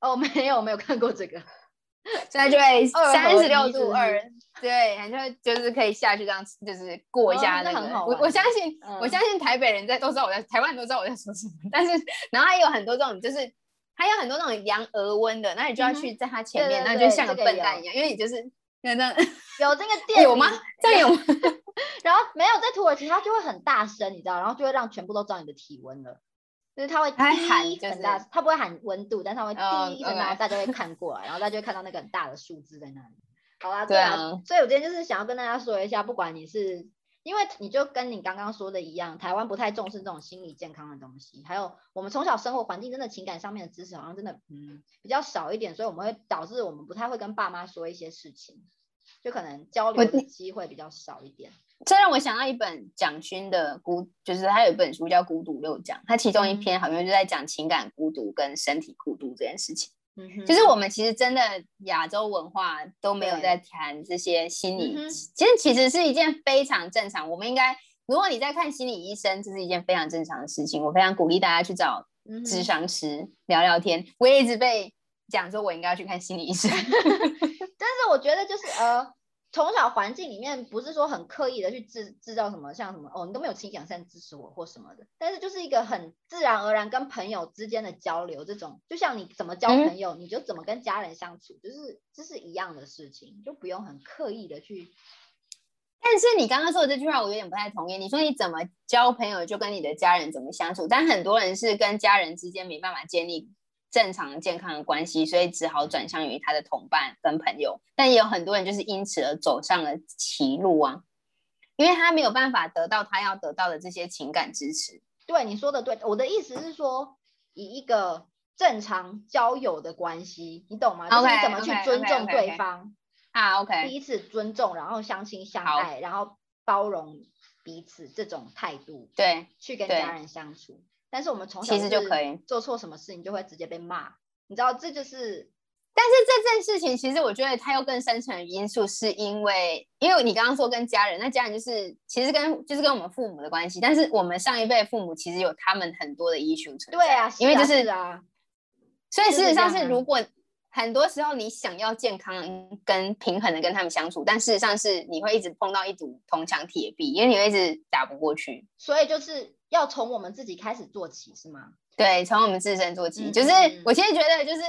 哦，没有没有看过这个，所以它就会二合三一十六是不度是二，对，它就会就是可以下去这样，就是过一哦下那那个。很好我玩我相信，嗯我相信台北人在都知道我在台湾人都知道我在说什么，但是然后还有很多这种就是。还有很多那种量额温的，那你就要嗯哼去在它前对对面，那对就像这个个笨有蛋一样，因为你就是那那有这个店 哎有吗名？这样有吗？然后没有在土耳其，它就会很大声，你知道，然后就会让全部都知道你的体温了。就是它会它会喊滴就很是大，它不会喊温度，但它会哦滴一声，然后 OK 大家会看过来，然后大家就会看到那个很大的数字在那里。好啦，对啊，啊所以我今天就是想要跟大家说一下，不管你是，因为你就跟你刚刚说的一样，台湾不太重视这种心理健康的东西，还有我们从小生活环境真的情感上面的知识好像真的嗯比较少一点，所以我们会导致我们不太会跟爸妈说一些事情，就可能交流我的机会比较少一点。这让我想到一本蒋勋的孤，就是他有一本书叫《孤独六讲》，他其中一嗯篇好像就在讲情感孤独跟身体孤独这件事情。嗯哼，就是我们其实真的亚洲文化都没有对在谈这些心理，嗯哼其实其实是一件非常正常。我们应该，如果你在看心理医生，这是一件非常正常的事情。我非常鼓励大家去找嗯智哼商师聊聊天。我也一直被讲说我应该要去看心理医生，但是我觉得就是呃，从小环境里面不是说很刻意的去制制造什么像什么哦，你都没有情感上支持我或什么的，但是就是一个很自然而然跟朋友之间的交流，这种就像你怎么交嗯朋友，你就怎么跟家人相处，就是这是一样的事情，就不用很刻意的去但是你刚刚说的这句话，我有点不太同意。你说你怎么交朋友，就跟你的家人怎么相处，但很多人是跟家人之间没办法建立正常健康的关系，所以只好转向于他的同伴跟朋友。但也有很多人就是因此而走上了歧路啊，因为他没有办法得到他要得到的这些情感支持。对你说的对，我的意思是说，以一个正常交友的关系，你懂吗？就是你怎么去 OK，OK，OK，尊重 OK，OK 对方。啊，OK，彼此尊重，然后相亲相好爱，然后包容彼此这种态度对，去跟对家人相处。但是我们从小其实就可以做错什么事情就会直接被骂，你知道这就是但是这件事情，其实我觉得它又更深层的因素，是因为因为你刚刚说跟家人，那家人就是其实跟就是跟我们父母的关系，但是我们上一辈父母其实有他们很多的 issue 存在，对啊，因为啊就是是啊，所以就是事实上这样是啊如果很多时候你想要健康跟平衡的跟他们相处，但事实上是你会一直碰到一堵铜墙铁壁，因为你会一直打不过去。所以就是要从我们自己开始做起，是吗？对，从我们自身做起，嗯就是嗯嗯我其实觉得就是。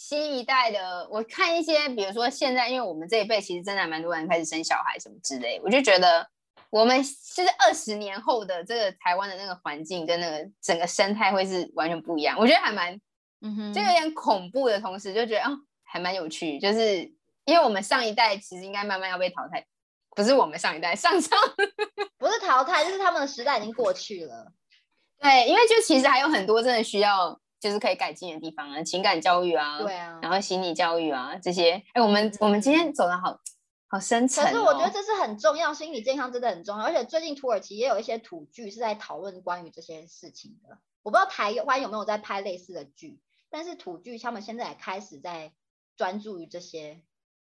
新一代的，我看一些，比如说现在，因为我们这一辈其实真的还蛮多人开始生小孩什么之类，我就觉得我们就是二十年后的这个台湾的那个环境跟那个整个生态会是完全不一样，我觉得还蛮嗯哼就有点恐怖的同时，就觉得哦，还蛮有趣。就是因为我们上一代其实应该慢慢要被淘汰，不是我们上一代，上上 不是淘汰，就是他们的时代已经过去了。对，因为就其实还有很多真的需要就是可以改进的地方啊，情感教育啊，对啊，然后心理教育啊这些。哎，我们我们今天走的好好深沉、嗯哦。可是我觉得这是很重要，心理健康真的很重要。而且最近土耳其也有一些土剧是在讨论关于这些事情的。我不知道台湾有没有在拍类似的剧，但是土剧他们现在也开始在专注于这些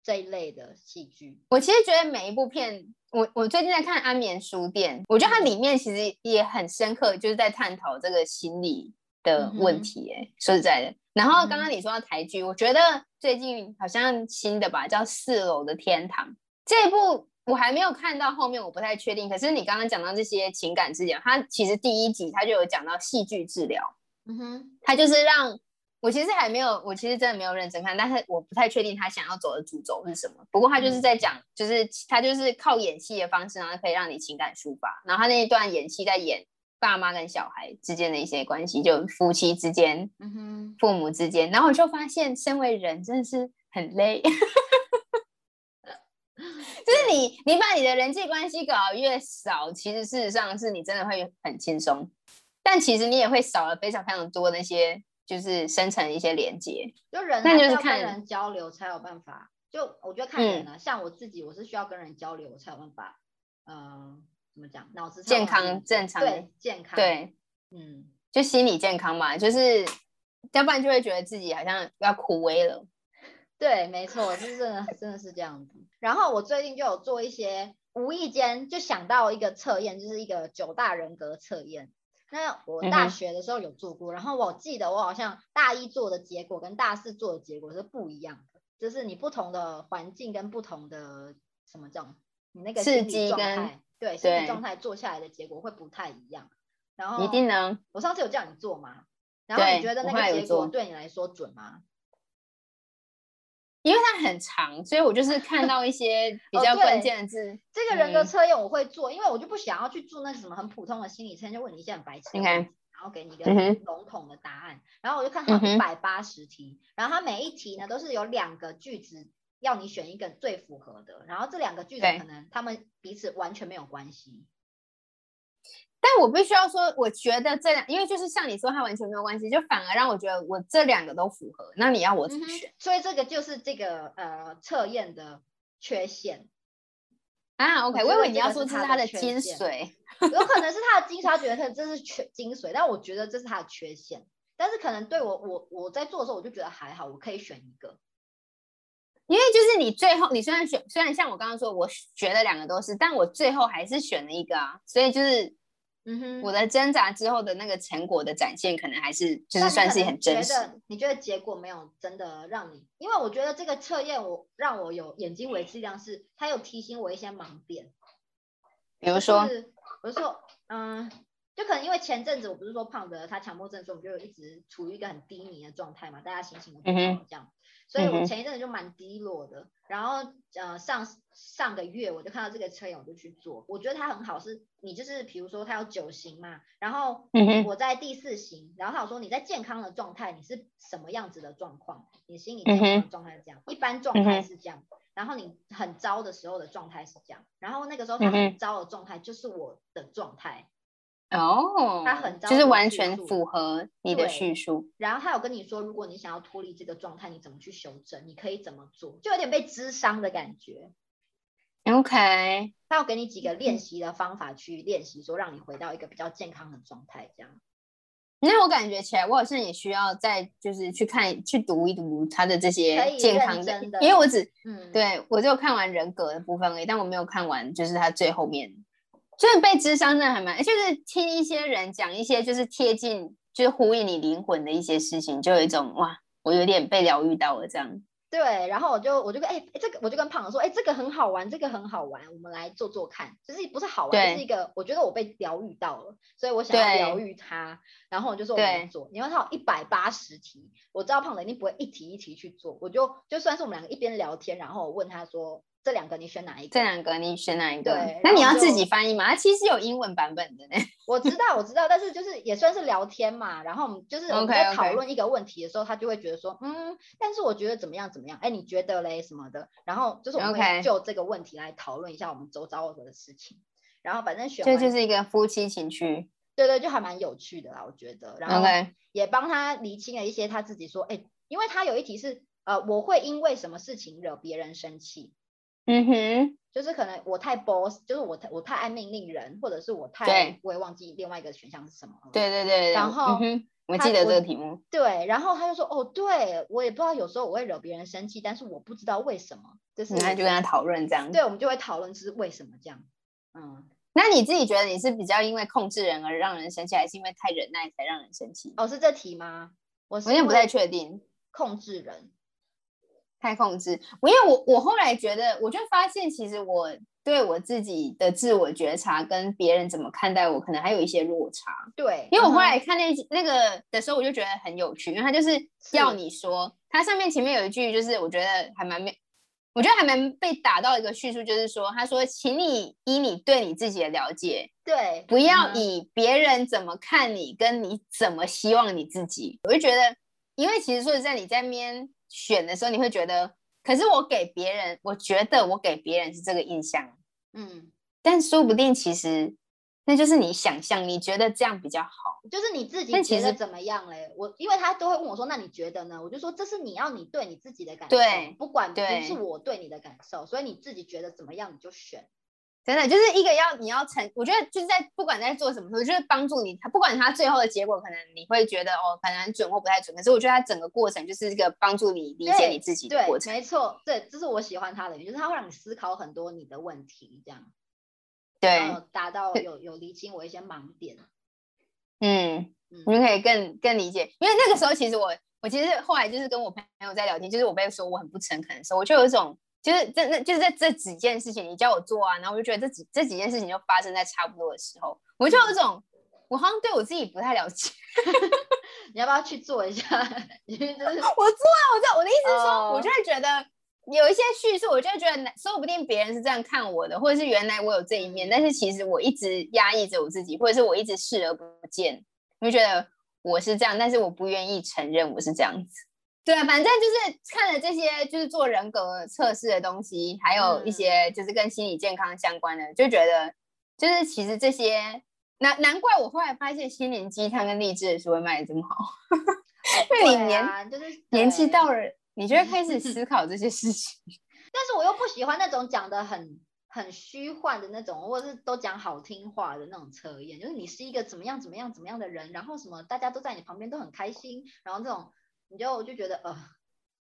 这一类的戏剧。我其实觉得每一部片，我我最近在看《安眠书店》，我觉嗯得它里面其实也很深刻，就是在探讨这个心理的嗯问题、欸。说实在的，然后刚刚你说到台剧，我觉得最近好像新的吧，叫《四楼的天堂》这一部。我还没有看到后面，我不太确定。可是你刚刚讲到这些情感治疗，它其实第一集它就有讲到戏剧治疗，嗯哼，他就是让我其实还没有，我其实真的没有认真看，但是我不太确定他想要走的主轴是什么。不过他就是在讲，就是他就是靠演戏的方式，然后可以让你情感抒发。然后他那一段演戏在演爸妈跟小孩之间的一些关系，就夫妻之间、嗯哼，父母之间。然后我就发现，身为人真的是很累。 就是你，你把你的人际关系搞得越少，其实事实上是你真的会很轻松，但其实你也会少了非常非常多那些就是深层的一些连接。就人那还就是是要跟看嗯人交流才有办法。就我觉得看人啊，像我自己，我是需要跟人交流，我才有办法，嗯，怎么讲，脑子才有健办法康运作正常对健康，，对，嗯，就心理健康嘛，就是要不然就会觉得自己好像要枯萎了。对，没错，就是真的真的是这样子。然后我最近就有做一些，无意间就想到一个测验，就是一个九大人格测验。那我大嗯哼学的时候有做过，然后我记得我好像大一做的结果跟大四做的结果是不一样的，就是你不同的环境跟不同的什么这种，你那个刺心理激状跟态，对心理对状态做下来的结果会不太一样。然后一定能，我上次有叫你做吗？然后你对觉得我那后来个有结果做对你来说准吗？因为它很长，所以我就 是看到一些比哦较对关键的字，这个人格嗯测验我会做，因为我就不想要去做那个什么很普通的心理测验，就问你一些很白痴的 OK 问题，然后给你一个嗯哼笼统的答案。然后我就看它嗯哼一百八十题，然后它每一题呢都是有两个句子要你选一个最符合的，然后这两个句子对可能他们彼此完全没有关系。但我必须要说，我觉得这两，因为就是像你说，它完全没有关系，就反而让我觉得我这两个都符合。那你要我怎嗯么哼选、所以这个就是这个呃测验的缺陷，啊我？OK，觉我以得为你这要个说是这它的是它的缺精陷髓，有可能是他的精髓，他觉得他这是缺精髓，但我觉得这是他的缺陷。但是可能对我，我我在做的时候，我就觉得还好，我可以选一个。因为就是你最后，你虽然选，虽然像我刚刚说，我觉得两个都是，但我最后还是选了一个啊。所以就是嗯哼我的挣扎之后的那个成果的展现，可能还是就那是你算可是能很觉真实。得你觉得结果没有真的让你，因为我觉得这个测验我让我有眼睛为之一亮，是它有提醒我一些盲点。比如就说，是我就说，嗯，就可能因为前阵子我不是说胖的他强迫症，所以我们就一直处于一个很低迷的状态嘛，大家心情都不嗯好这样，所以嗯我哼前一阵子就蛮低落的。然后呃上上个月我就看到这个测验，我就去做，我觉得它很好，是你就是比如说它有九型嘛，然后嗯哼我在第四型，然后他有说你在健康的状态你是什么样子的状况，你心理健康嗯的状态是这样，一般状态嗯哼是这样，然后你很糟的时候的状态是这样，然后那个时候他嗯很哼糟的状态就是我的状态，哦它很，就糟是的完叙全述符合你的对叙述。然后他有跟你说，如果你想要脱离这个状态，你怎么去修正，你可以怎么做，就有点被智商的感觉。 OK，他有给你几个嗯练习的方法去练习，说让你回到一个比较健康的状态，这样。那我感觉起来，我好像也需要再就是去看、去读一读他的这可些以健康认真的因为我只嗯，，对我只有看完人格的部分而已，但我没有看完就是他最后面。所以被智商真的还蛮，就是听一些人讲一些就是贴近，就是呼应你灵魂的一些事情，就有一种哇，我有点被疗愈到了这样。对，然后我就我就跟哎、哎这个我就跟胖子说，哎、这个很好玩，这个很好玩，我们来做做看，就是不是好玩，对就是一个我觉得我被疗愈到了，所以我想要对疗愈他，然后我就说我们来对做，因为他有一百八十题，我知道胖子一定不会一题一题去做，我就就算是我们两个一边聊天，然后我问他说这两个你选哪一这个？两个你选哪一个对？那你然要后自就己翻译吗？它啊其实有英文版本的呢。我知道我知道，但是就是也算是聊天嘛，然后我们就是我们在 OK，OK 讨论一个问题的时候，他就会觉得说，嗯，但是我觉得怎么样怎么样，哎，你觉得嘞什么的，然后就是我们 OK 会就这个问题来讨论一下我们周遭的事情，然后反正选这完，就是一个夫妻情趣。对对，就还蛮有趣的啦，我觉得，然后 OK，也帮他厘清了一些他自己说，哎，因为他有一题是，呃，我会因为什么事情惹别人生气，嗯哼，就是可能我太 boss，就是我太我太爱命令人，或者是我太对，我也忘记另外一个选项是什么了。对对对。然嗯后哼我它记得这我个题目。对，然后他就说：“哦，对我也不知道，有时候我会惹别人生气，但是我不知道为什么，就是然后就跟他讨论这样。对，我们就会讨论是为什么这样。”嗯，那你自己觉得你是比较因为控制人而让人生气，还是因为太忍耐才让人生气？哦，是这题吗？我是我有点不会太确定，控制人，太控制。我因为我我后来觉得，我就发现其实我对我自己的自我觉察跟别人怎么看待我，可能还有一些落差。对，因为我嗯后哼来看那集那个的时候，我就觉得很有趣，因为它就是要你说，它上面前面有一句，就是我觉得还蛮没，我觉得还蛮被打到一个叙述，就是说，他说，请你以你对你自己的了解，对，不要嗯哼以别人怎么看你跟你怎么希望你自己。我就觉得，因为其实说实在，你在那边选的时候，你会觉得，可是我给别人，我觉得我给别人是这个印象，嗯，但说不定其实那就是你想象，你觉得这样比较好。就是你自己但其觉得实怎么样嘞？我因为他都会问我说，那你觉得呢？我就说这是你要你对你自己的感受，对不管不对是我对你的感受，所以你自己觉得怎么样你就选。真的就是一个要你要成，我觉得就是在不管在做什么时候，就是帮助你，他不管他最后的结果，可能你会觉得哦，可能很准或不太准，可是我觉得他整个过程就是一个帮助你理解对你自己的对过，程。没错，这这是我喜欢他的原因，就是他会让你思考很多你的问题，这样，对然，后达到对有有厘清我一些盲点。嗯，嗯你们可以更更理解，因为那个时候其实我我其实后来就是跟我朋友在聊天，就是我被说我很不诚恳的时候，我就有一种就是这那就是在这几件事情你叫我做啊，然后我就觉得这几这几件事情就发生在差不多的时候，我就有一种我好像对我自己不太了解。 你要不要去做一下？ 你就是我做啊，我做。我的意思是说哦我就会觉得有一些叙述，我就会觉得，说不定别人是这样看我的，或者是原来我有这一面，嗯但是其实我一直压抑着我自己，或者是我一直视而不见，我就觉得我是这样，但是我不愿意承认我是这样子。对啊，反正就是看了这些，就是做人格测试的东西，还有一嗯些就是跟心理健康相关的，就觉得就是其实这些难难怪我后来发现心灵鸡汤跟励志的书会卖的这么好，因为对你年啊，就是年纪对到了，你就会开 始思考这些事情。但是我又不喜欢那种讲的很很虚幻的那种，或者是都讲好听话的那种测验，就是你是一个怎么样怎么样怎么样的人，然后什么大家都在你旁边都很开心，然后这种你就我就觉得呃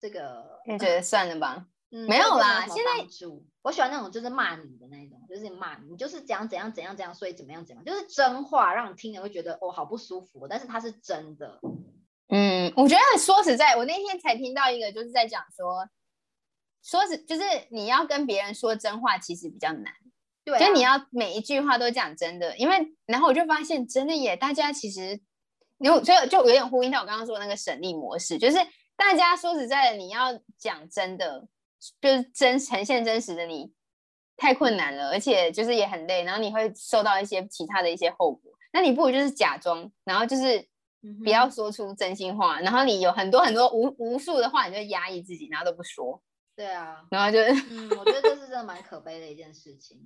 这个你觉得算了吧？嗯对没有这啦什么现在帮助我喜欢那种就是骂你的那一种，就是你骂你，你就是讲怎样怎样怎样，所以怎么样怎么样，就是真话，让你听了会觉得哦好不舒服哦，但是它是真的，嗯，我觉得说实在，我那天才听到一个，就是在讲说，说实就是你要跟别人说真话，其实比较难，对、啊，就你要每一句话都讲真的，因为然后我就发现真的耶，大家其实，因为我所以就有点呼应到我刚刚说的那个省力模式，就是大家说实在的，你要讲真的，就是真呈现真实的你，太困难了，而且就是也很累，然后你会受到一些其他的一些后果。那你不如就是假装，然后就是嗯不要说出真心话，然后你有很多很多无无数的话，你就压抑自己，然后都不说，对啊，然后就 嗯，我觉得这是真的蛮可悲的一件事情。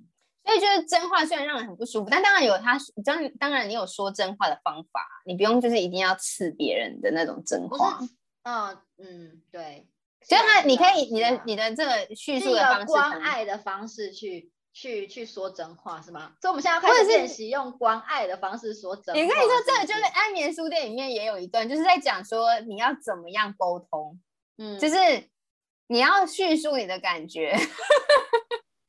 所以就是真话虽然让人很不舒服，但当然有他当当然你有说真话的方法，你不用就是一定要刺别人的那种真不话，是，嗯嗯，对，就是是他啊你可啊以你是的啊你的这个叙是述一的方个式关可能爱的方式去去去说真话是吗？所以我们现在要开或者始是练习用关爱的方式说真话。你可以说，这个就是是不《安眠书店》里面也有一段，就是在讲说你要怎么样沟通，嗯，就是你要叙述你的感觉。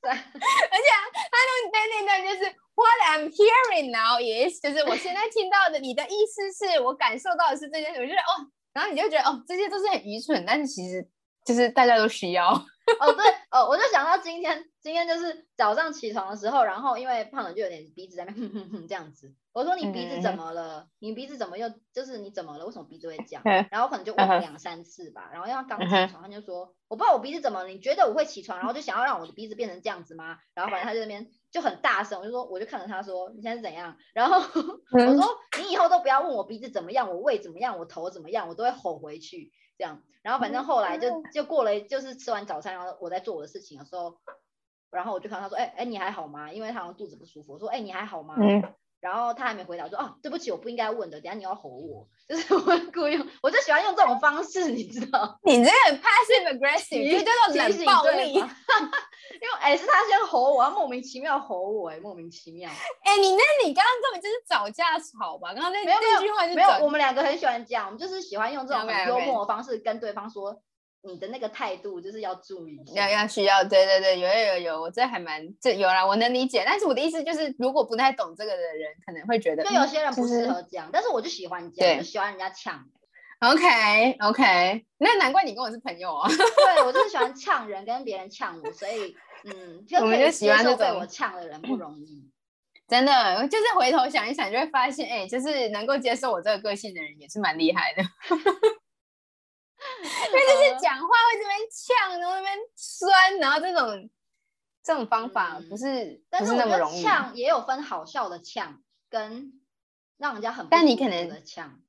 对他那那那段就是 What I'm hearing now is，就是我现在听到的，你的意思是我感受到的是这件事，我就觉得哦，然后你就觉得哦，这些都是很愚蠢，但是其实就是大家都需 要。 哦对哦，我就想到今天，今天就是早上起床的时候，然后因为胖了就有点鼻子在那边哼哼哼这样子，我说你鼻子怎嗯么了？你鼻子怎么又就是你怎么了？为什么鼻子会这样嗯？然后可能就嗯问哼了两三次吧，然后因为他刚嗯起哼床，他就说我不知道我鼻子怎么了，你觉得我会起床，然后就想要让我的鼻子变成这样子吗？然后反正他就在那边就很大声，我就说我就看着他说你现在是怎样？然后嗯我说你以后都不要问我鼻子怎么样，我胃怎么样，我头怎么样，我都会吼回去这样。然后反正后来哦就就过了，就是吃完早餐，然后我在做我的事情的时候，然后我就看到他说，哎、哎、你还好吗？因为他好像肚子不舒服，我说，哎、你还好吗？嗯，然后他还没回答，我说，哦，对不起，我不应该问的，等一下你要吼我，就是我会故意用，我就喜欢用这种方式，你知道，你这个 passive aggressive，这叫做提冷醒暴对力方。。 因为哎、是他先吼我，他莫名其妙吼我、哎，莫名其妙。哎、你那你刚刚根本就是找架吵吧？刚刚那没有没有那句话就是没有找，我们两个很喜欢这样，我们就是喜欢用这种很 OK，OK 幽默的方式跟对方说，你的那个态度就是要注意一要下。要需要，对对对，有有有有，我这还蛮这有啦，我能理解。但是我的意思就是，如果不太懂这个的人，可能会觉得就嗯有些人就不适是合这样，但是我就喜欢这样，对我就喜欢人家呛。 OK OK，那难怪你跟我是朋友哦。 对我就是喜欢呛人，跟别人呛我，所以嗯，我们就可以喜接欢受这被种我呛的人不容易。真的，就是回头想一想，就会发现，哎、就是能够接受我这个个性的人也是蛮厉害的。 嗯因为就是呃讲话会这边呛，然后那边酸，然后这种这种方法嗯不是、但不是是我那觉么得容易。呛也有分好笑的呛跟让人家很不但你舒可服能的呛，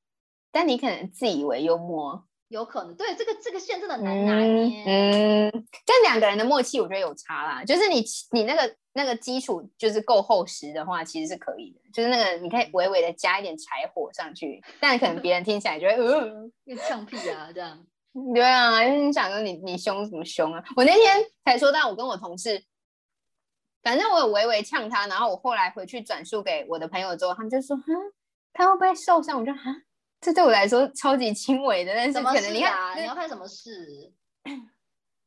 但你可能自以为幽默，有可能对这个这个线真的很难拿嗯捏。嗯，这两个人的默契我觉得有差啦。就是你你那个那个基础就是够厚实的话，其实是可以的。就是那个你可以微微的加一点柴火上去，但可能别人听起来就会嗯。因为呛屁啊，这样。对啊，因为你想说你你凶什么凶啊？我那天才说到，我跟我同事，反正我有微微呛他，然后我后来回去转述给我的朋友之后，他们就说，哈，他会不会受伤？我就哈，这对我来说超级轻微的，但是什么可能事你看，啊？那你要看什么事？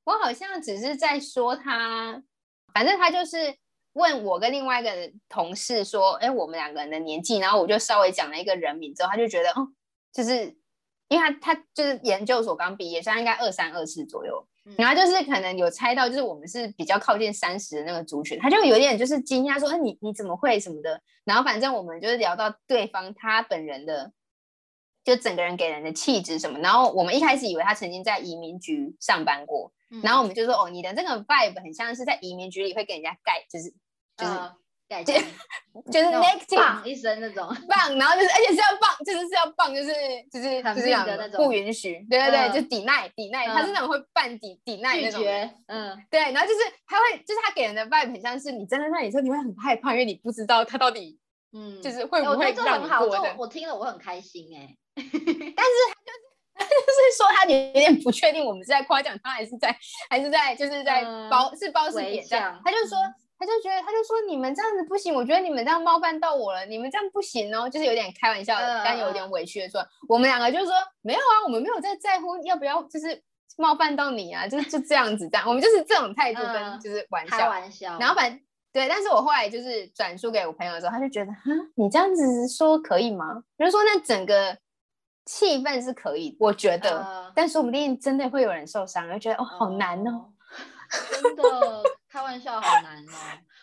我好像只是在说他，反正他就是问我跟另外一个同事说，哎，我们两个人的年纪，然后我就稍微讲了一个人名之后，他就觉得，哦，就是因为他他就是研究所刚毕业，所以他应该二三二四左右，嗯然后就是可能有猜到，就是我们是比较靠近三十的那个族群，他就有点就是惊讶说，哎，你你怎么会什么的，然后反正我们就是聊到对方他本人的。就整个人给人的气质什么，然后我们一开始以为他曾经在移民局上班过，嗯然后我们就说，哦，你的这个 vibe 很像是在移民局里会给人家盖，就是就是、呃改就 进就是 negative 棒一声那种，棒，然后就是而且是要棒，就是是要棒，就是就是很就是命讲的那种不允许，对对对，嗯就抵赖抵赖，他是嗯那种会半抵抵赖那拒种，绝，嗯，对，然后就是他会就是他给人的 vibe 很像是你站在那里之后你会很害怕，因为你不知道他到底嗯，就是会哎不我会觉得这让很你好，过这的我，我听了我很开心哎，就是说他有点不确定我们是在夸奖他还是在还是在就是在嗯包、是包是围点这样剿，他就说。嗯他就觉得，他就说你们这样子不行，我觉得你们这样冒犯到我了，你们这样不行哦，就是有点开玩笑的，嗯但有点委屈的说，我们两个就是说没有啊，我们没有在在乎要不要，就是冒犯到你啊，就是就这样子这样，我们就是这种态度跟嗯就是玩开笑，玩笑，然后反对，但是我后来就是转述给我朋友的时候，他就觉得，哈，你这样子说可以吗？比如说那整个气氛是可以，我觉得，呃但说不定真的会有人受伤，就觉得哦，好嗯难哦。，真 的开玩笑好难哦。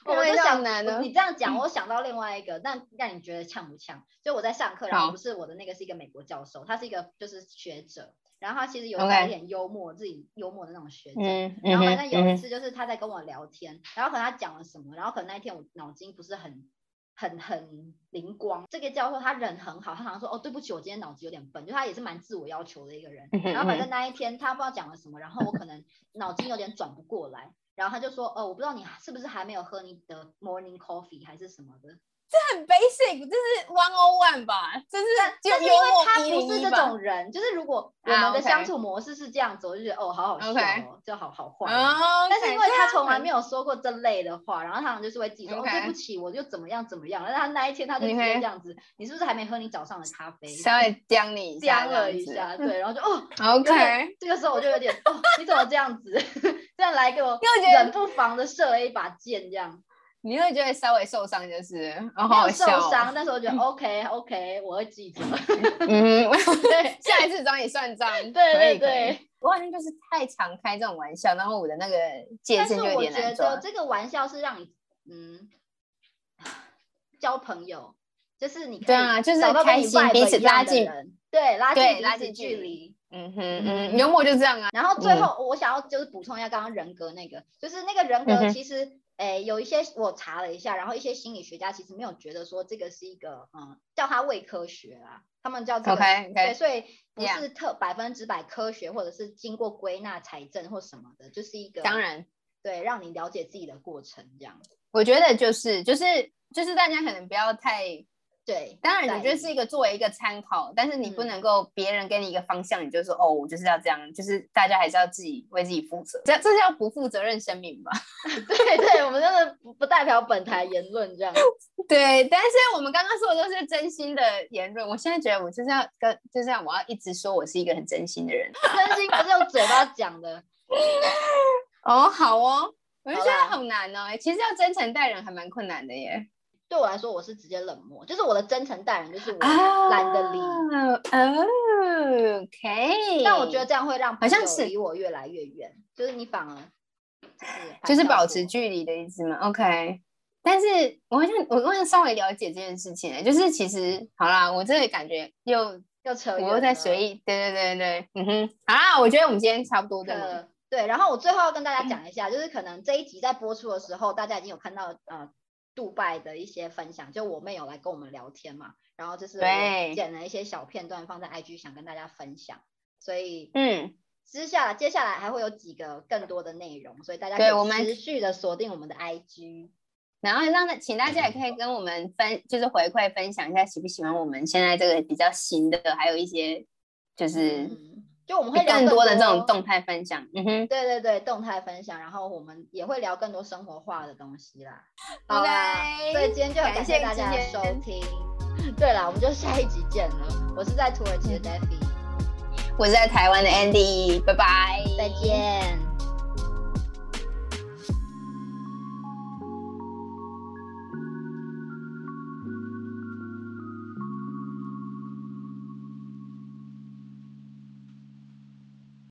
我开玩就笑好想难我哦你这样讲，我想到另外一个，那那你觉得呛不呛？就我在上课，然好后不是我的那个是一个美国教授，他是一个就是学者，然后他其实有带 OK 一点幽默，自己幽默的那种学者。嗯然嗯后哼反正有一嗯次就是他在跟我聊天，然后可能他讲了什么，然后可能那一天我脑筋不是很很很灵光。这个教授他人很好，他好像说哦对不起，我今天脑子有点笨，就他也是蛮自我要求的一个人。嗯哼然后反嗯正那一天他不知道讲了什么，然后我可能脑筋有点转不过来，然后他就说哦我不知道你是不是还没有喝你的 morning coffee 还是什么的，很 basic，这是 one on one 吧，这是就但是因幽为默他一不是零一这吧。种人，就是如果我啊们的，OK 相处模式是这样子，我就觉得哦好好笑 OK 哦，就好好坏哦。哦，但是因为他从来没有说过这类的话，然后他好像就是会自己说、哦、对 OK 不起，我就怎么样怎么样。但是他那一天他就直 OK 接这样子，你是不是还没喝你早上的咖啡？稍微刁你一下，僵了一这样下，对，然后就 哦子。OK，有点这个时候我就有点哦，你怎么这样子？ 这样来给 我因为我觉得冷不防的射了一把箭，这样你会觉得稍微受伤就是，哦，没 有好好受笑哦。伤，但是我 觉得 OK OK，我会记得。嗯，下一次找你算账。对对对对，我好像就是太常开这种玩笑，然后我的那个界但是限就有我点觉难得抓。这个玩笑是让你嗯交朋友，就是你可以对啊就是找到跟开你心 vibe 彼此一样拉的近人，对拉近对彼拉此近距距离离。嗯哼嗯，幽默就这样啊。然后最嗯后我想要就是补充一下刚刚人格那个，就是那个人嗯格哼其实诶、有一些我查了一下，然后一些心理学家其实没有觉得说这个是一个嗯叫它伪科学啦，他们叫这个 OK 对， OK，所以不 Yeah 是特百分之百科学或者是经过归纳财政或什么的，就是一个当然，对让你了解自己的过程这样。我觉得就是就是就是大家可能不要太，对， 当然在你觉得意是一个作为一个参考，但是你不嗯能够别人给你一个方向，你就说哦，我就是要这样，就是大家还是要自己为自己负责，这这叫不负责任声明吧？对对，我们真的不不代表本台言论这样。 对，但是我们刚刚说的都是真心的言论。我现在觉得我就是要跟，就是要我要一直说我是一个很真心的人。真心不是用嘴巴讲的，哦，好哦，我就觉得好啦好难哦。其实要真诚待人还蛮困难的耶。对我来说我是直接冷漠，就是我的真诚待人，就是我啊懒得理。哦，OK。但我觉得这样会让好像朋友是离我越来越远，就是你反而就是拍照保说持距离的意思嘛。OK，但是我好像我好像稍微了解这件事情了，欸就是其实好啦，我这里感觉又又扯我远又在了随意，对对对对，嗯哼，好啦，我觉得我们今天差不多对吗？呃，对，然后我最后要跟大家讲一下，就是可能这一集在播出的时候，大家已经有看到呃，杜拜的一些分享，就我妹有来跟我们聊天嘛，然后就是我对剪了一些小片段放在 IG 想跟大家分享，所以嗯，之下接下来还会有几个更多的内容，所以大家对可以我们持续的锁定我们的 IG，然后让大请大家也可以跟我们分，就是回馈分享一下喜不喜欢我们现在这个比较新的，还有一些就是嗯就我们会聊更多的这种多动态分享。嗯哼对对对，动态分享，然后我们也会聊更多生活化的东西啦。好啦，OK，所以今天就很感谢大家的收听。 对啦，我们就下一集见了。我是嗯在土耳其的 d e f i 我是在台湾的 Andy，拜拜，再见。